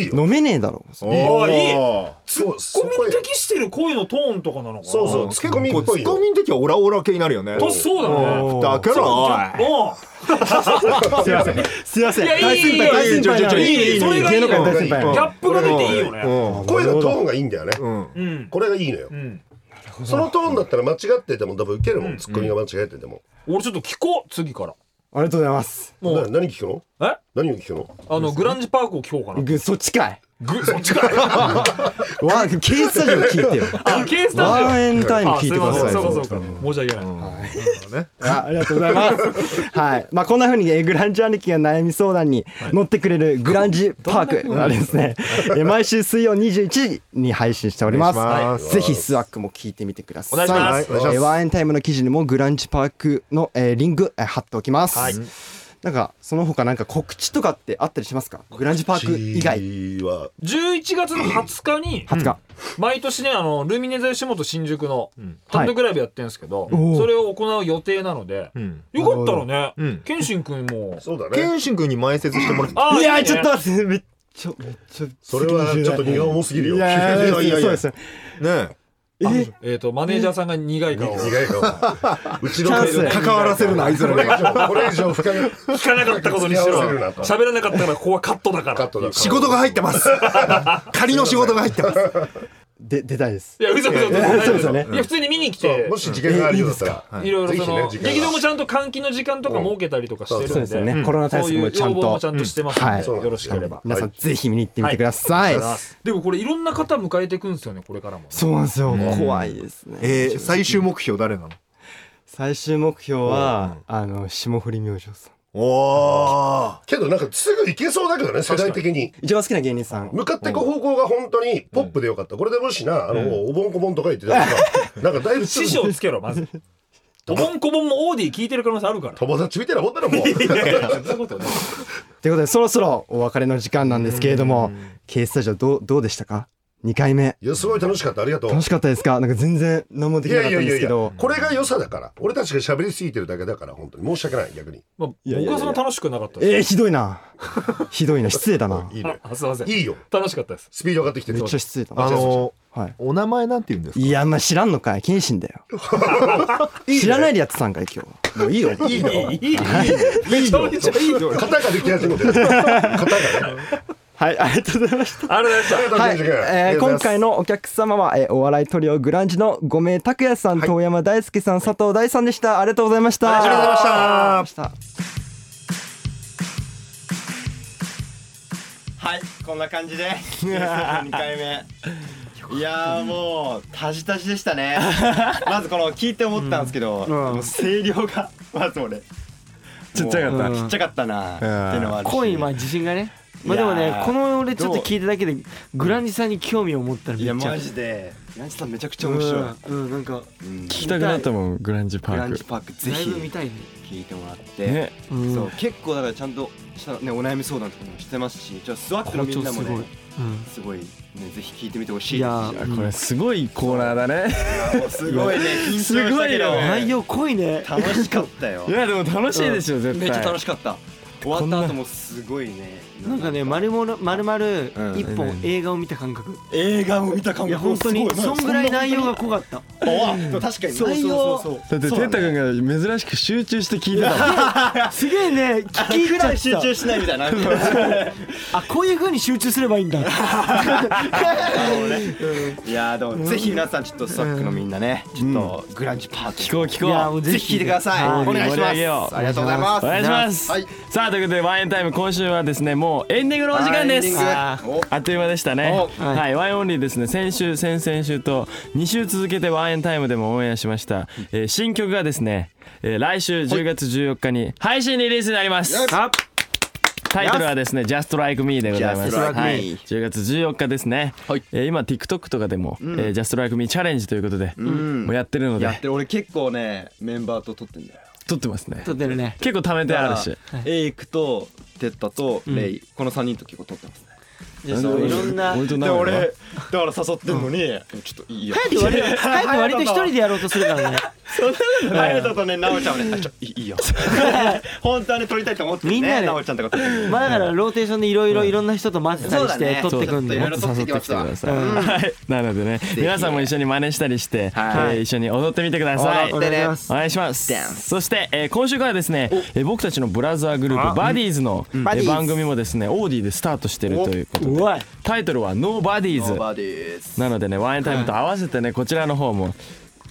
G: いいいよ
D: 飲めねえだろ
H: おーいい
F: い
H: ツッコミに適してる声のトーンとかなのかな。
G: そうそうツ
F: ツ
G: ッ
F: ッ
G: コ
F: コ
G: ミ
F: ミ
G: っ
F: ツ
G: ぽい
F: ッコ
G: よ
F: ミの時はオラオラ系になるよね
H: とそうだね。
F: だけどおい
H: お
D: すいませんすいません
H: いやいい
D: 大先輩大
F: いい
D: 先輩なのに
H: いいいいいいそれがい
D: 芸
H: い
D: 能界の大
H: ギ
D: 先輩なのに
H: ャップが出ていいよね。
G: 声のトーンがいいんだよね
F: うん
H: うん。
G: これがいいのよ
H: うん。
G: そのトーンだったら間違ってても多分ウケるもんツッコミが間違えてても
H: 俺ちょっと聞こう次から。
D: ありがとうございます
H: も
G: な
H: う
G: 何聞くの
H: え
G: 何を聞くの
H: あのグランジパークを聞こうかな。
D: ぐそっちかい
H: ぐそっちか。
D: わケースタジオ聞いてよ
H: あ、ケースタジオ
D: ワ。ンエンタイム聞いてください
H: あすいませんそうかそう
D: よ
H: か。申し訳ない。
D: あありがとうございます。 はい。まあこんな風にえーグランジ兄貴が悩み相談に乗ってくれるグランジパークはですね、えー毎週水曜21時に配信しております。
F: お願いします
D: ぜひスワックも聞いてみてください。
H: お願いします
F: お願いします
D: えーワンエンタイムの記事にもグランジパークの、えーリンク、えー貼っておきます。
H: はい
D: なんかその他なんか告知とかってあったりしますか？グランジパーク以外
G: 地は
H: 11月の20日に
D: 20日。
H: 毎年ねあのルミネ座吉本新宿の単独ライブやってるんですけど、
D: おー
H: それを行う予定なので、
F: うん
H: よかったらね、
F: うん
H: 健信君も
G: そうだね
F: 健信君に前説してもらって
H: あー
D: いや
H: い
D: ー
H: いね
D: ちょっと待ってめっちゃめっちゃ
G: それはちょっと荷が重すぎるよ
D: いやいやい やいや
F: いやいやいや
D: そうですよ。
F: ね
D: えー
H: えー、とマネージャーさんが苦い顔を聞
G: 苦いかもうちの
D: チャンス
G: 会社
F: 関わらせるなあいつら
G: こ
F: に
G: れ以上これ以上深め
H: かなかったことにし ろ
G: 付き合わせるなと
H: 喋らなかったからここはカットだか
G: カ
H: ら
G: ットだ
F: 仕事が入ってます 仮の仕事が入ってます
D: で出たいです。
H: いや嘘嘘嘘
D: いやそうですよね
H: いや普通に見に来
G: そ
H: て
G: うもし時間があるようだったら
H: いろいろその、
G: ぜひね時間は
H: 劇場もちゃんと換気の時間とか設けたりとかしてるんで、
D: そうですよね、コロナ対
H: そう
D: 策
H: い
D: も
H: う
D: ちゃ
H: 要
D: ん
H: 望もち
D: と
H: ゃんとしてますので、
D: はい
H: よろしければ。
D: 皆さんぜひ見に行ってみてください、
H: でもこれいろんな方迎えていくんですよねこれからもね、
D: そうなんですよ、怖いですね、
F: えー最終目標誰なの
D: 最終目標は、あの霜降り明星さん
F: おー
G: けどなんかすぐ行けそうだけどね世代的に
D: 一番好きな芸人さん
G: 向かっていく方向が本当にポップでよかった、これでもしなあの、おぼんこぼんとか言ってたら なんかだいぶ
H: 師匠つけろまず おぼんこぼんもオーディ聞いてる可能性あるから
G: 友達みたいなもんだろもう
D: ということでそろそろお別れの時間なんですけれども K スタジオどうどうでしたか2回目
G: いやすごい楽しかったありがとう
D: 楽しかったですかなんか全然何もで
G: い
D: きなか
G: や
D: っ
G: い
D: た
G: や
D: ん
G: いやい
D: ですけ
G: や
D: ど
G: これが良さだから俺たちが喋りすぎてるだけだから本当に申し訳ない逆に
H: まあ、
D: いやいやいや
H: 僕はそんな楽しくなかったです。
D: えー、ひどいなひどいな失礼だない
G: いね
H: あ、すいま せん。
G: いいよ
H: 楽しかったです。
G: スピード上がってきて
D: め
G: る
D: っちゃ失礼だな
F: あの
D: はい
F: お名前なんて言うんですか
D: いやあんま知らんのかい謙信だよ知ら ないでやってたんかい今日もういい よ
G: いいよ
H: いい、いい、め ちゃめちゃいい。
G: 肩ができ始めてる肩がね
D: はいありがとうございました
H: あれでした。
D: はい、
G: 健二君あり
D: えー
G: がとうござい
D: 今
G: ます
D: 回のお客様は、えーお笑いトリオグランジの五名拓也さん、遠山大輔さん、佐藤大さんでした。ありがとうございました。ありがとうございました。
C: はいこんな感じで2回目いやーもうタジタジでした ねまずこの聞いて思ったんですけど、もう声量がまず俺
I: ちっちゃかった
C: もうちっちゃかったなっていうのはあるし
J: 声にまあ自信がね
D: まあでも
B: いや
D: ね
B: ー
D: この俺ちょっと聞いただけでグランジさんに興味を持ったら
C: い
D: め
C: や
D: っちゃ
C: マジで
K: ヤジさんめちゃくちゃ面白い。
D: うんうんなんか
K: うん
B: 聞きたくなったもんグランジパ
K: グラ
B: ー
K: ンジ
B: ク
K: パークぜ
D: ライ
K: ひ
D: ブ見たいね
K: 聞いてもらって。
B: ね
D: うん
K: そう結構だからちゃんとしたねお悩み相談とかもしてますし、じゃあスワックのみんなも
D: 校長
K: ね
D: うん
K: すごいねぜひ聞いてみてほしい
D: い
K: で
D: や
B: あこれすごいコーナーだね
C: すごいね緊張
B: す
C: し
B: ご
C: た
B: い
C: け
B: よ
C: ど
D: 内容濃いね
C: 楽しかったよ
B: いやでも楽しいですよ
K: すし
B: 絶
K: めっちゃ
B: 対
K: 楽しかった。終わった後もすごいね。
D: なんかねまるまるまる一本映画を見た感覚
C: 映画を見た感覚
D: いや本当に
C: す
D: そ
C: ご
D: ん
C: い
D: ぐらい内容が濃かった
C: あ確かに内容そうそうそう
B: だって
C: そ
B: て
C: うな
B: っ
C: んだ
B: た
C: よ
B: くんが珍しく集中して聞いてたもん
D: すげえね聞き入
C: 普
D: っちゃ
C: 段
D: っ
C: 集中しないみたいない
D: たあこういう風に集中すればいいんだ
C: やーでもぜひ皆さんちょっとスワックのみんなねちょっとグランジパーティ
B: 聞こう聞
D: いや
B: こ
D: も
B: う
D: う
C: ぜひ聞いてください
D: はい
C: お願いし
B: 盛り
C: ま
B: 上げよ
C: す
B: う
C: ありがとうございます
B: お願いします、
C: はい
B: さあということでワインタイム今週はですねもうエンディングのお時間です
C: はいエンディングお
B: あっという間でしたね
C: お
B: はい、ワインオンリーですね先週先々週と2週続けてワインタイムでもオンエアしました、えー新曲がですね、えー来週10月14日に配信リリースになります
D: あ
B: タイトルはですね「Just Like Me」でございます
C: Just Like Me
B: はい、10月14日ですね、
C: はい
B: えー今 TikTok とかでも「えー Just Like Me チャレンジ」ということで、もうやってるので
C: やってる俺結構ねメンバーと撮ってんだよ
B: 撮ってますね
D: 撮ってるね
B: 結構貯めてあるし
C: エイクとテッタとレイこの3人と結構撮ってますね
D: じゃあそういろんな
B: 俺と
C: で
B: 名古
C: 俺
B: 屋は
C: だから誘ってんのにちょっといいよ
D: 帰って割 と帰って割と一人でやろうとするからね
C: あやととね、なおちゃんもね、あちょいいいよ。本当はね、撮りたいと思ってるね。
D: みんなで
C: なおちゃんとか撮ってる。
D: まあだからローテーションでいろいろいろんな人と混ぜたりして
C: そうだね
D: 撮ってくん
C: ちょっと
D: で
C: いろ
B: も
C: い
B: っ
C: ろ
B: と誘ってきてください、
D: うん
B: はいなのでね皆さんも一緒に真似したりして、
C: はい
B: えー一緒に踊ってみてください
C: 踊
D: お
C: って
D: 願いし
C: ね
D: ます
B: お願いします
C: ダンス
B: そして、えー今週からですね、えー僕たちのブラザーグループバディーズの、え
D: バディー
B: ー
D: ズ
B: 番組もですねオーディでスタートしてるということ
D: う
B: で
D: わい
B: タイトルは「ノーバディーズ
C: バディーズ。
B: なのでねワインタイムと合わせてねこちらの方も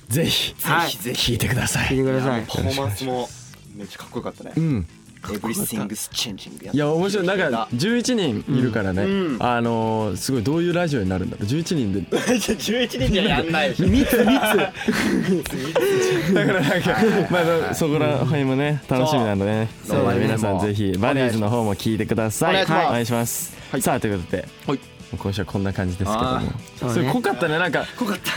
B: ぜひ
D: はい
B: ぜひ聴いてください、
D: 聞いてください
C: パフォーマンスもめっちゃかっこよかったね
B: う。ん、
C: Everything's changing やっ
B: いや面白いなんか11人いるからね、
C: うん
B: あのーすごいどういうラジオになるんだろう11人で
C: 11人じゃやんないでしょ。
B: だからなんか、まあ まあ、そこら辺もね、楽しみなんでね。
C: そう
B: そう
C: そう
B: 皆さんぜひ、バディーズの方も聞いてください。
C: お願いします
B: お願いします。さあ、ということで、今週はこんな感じですけども
C: あ。
D: ー
B: そ
D: そう
B: れ
D: ね
B: 濃かったね、なんか、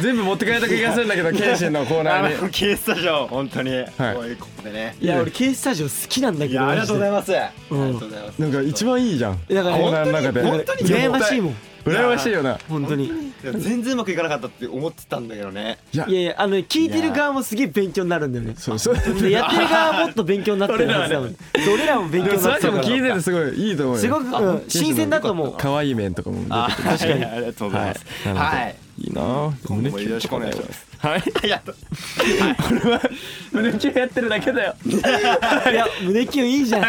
B: 全部持って帰った気がするんだけど、ケンシンのコーナ
C: あ
B: ー
C: の、
B: に。
C: ケースタジオ、本当に。
B: い
C: こういうことでね。
D: いや俺 K スタジオ好きなんだ
C: い
D: けど
C: や、ありがとうござい
D: ま
C: ます。あり
D: ん
C: がとうございます。
B: なんか一番いいじゃん。
D: だから
B: コーナーの中で。
C: 本当に
D: 羨ましいもん
B: 羨ましいよな。
D: 本当に
C: いや全然うまくいかなかったって思ってたんだけどね。
B: いや
D: い、やいやあのね聞いてる側もすげえ勉強になるんだよね
B: そうそう。
D: でやってる側はもっと勉強になってるはずだもんで俺らも勉
B: でも、
D: 強に
B: そ
D: な
B: れ
D: って
B: で
D: る
B: も
D: から
B: 聞いててすごいいいと思うよ。
D: すごくうん新鮮だと思う
B: 可愛い面とかも出て
C: あ、
B: くる。
C: 確かに。ありがとうございます。
B: はいなので
C: はい。
B: いいなぁ。
C: 今後もよろしくお願いします。
B: はい。
C: ありがとう。
B: 胸キュンやってるだけだよ。
D: いや胸キュンいいじゃん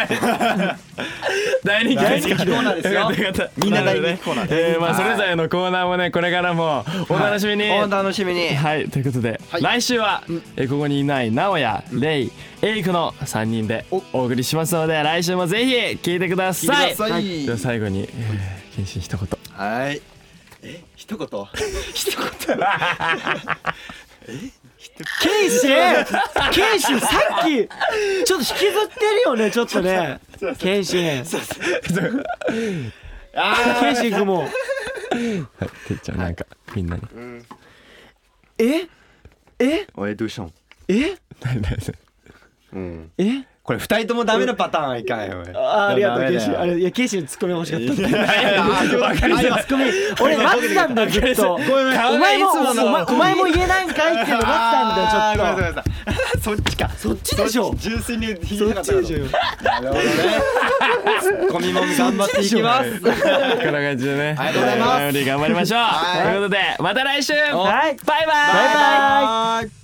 B: 大人気
C: 大人気コーナーですよ
B: よ かったよかった
C: みんな大
B: るほどね
C: 人気コーナー
B: えーまあそれぞれのコーナーもねこれからもお楽しみに
C: お楽しみに。
B: はいということで来週はえーここにいない直哉レイエイクの3人でお送りしますので来週もぜひ聞いてください
C: は
B: では最後にえー謙信一言
C: はい。え、一言。一言。
D: ケイシケイシさっきちょっと引きずってるよねちょっとねケイシケイシ君も
B: はいてっちゃんなんかみんなに
D: ええ
C: おい、どうしたん。
D: え
B: 何何何
C: うん。
D: え
C: これ二人ともダメなパターンはいかんよ。
D: あありがとうケイシあ
C: り
D: れいやケイシのツッコミ欲しかった
C: わかりました。
D: 俺待ってたんだよずっとお前もお前お前も言えないんかいっていうの待ってたんだよちょっ
C: っと。そっちか。そっ
D: ちでしょ
C: 純粋に引い
D: と
C: て
D: そ
C: なか
D: っ
C: っ
D: ち
C: た
D: で
C: か
D: しょよ
C: ら。なるほどね。 ツッコミも頑張っていきます。
B: こんな感じでね
C: ありがとうございます
B: えーワイオリン頑張りましょうということでまた来週
D: はい
B: バイバイ
D: バイバイ
C: バイ。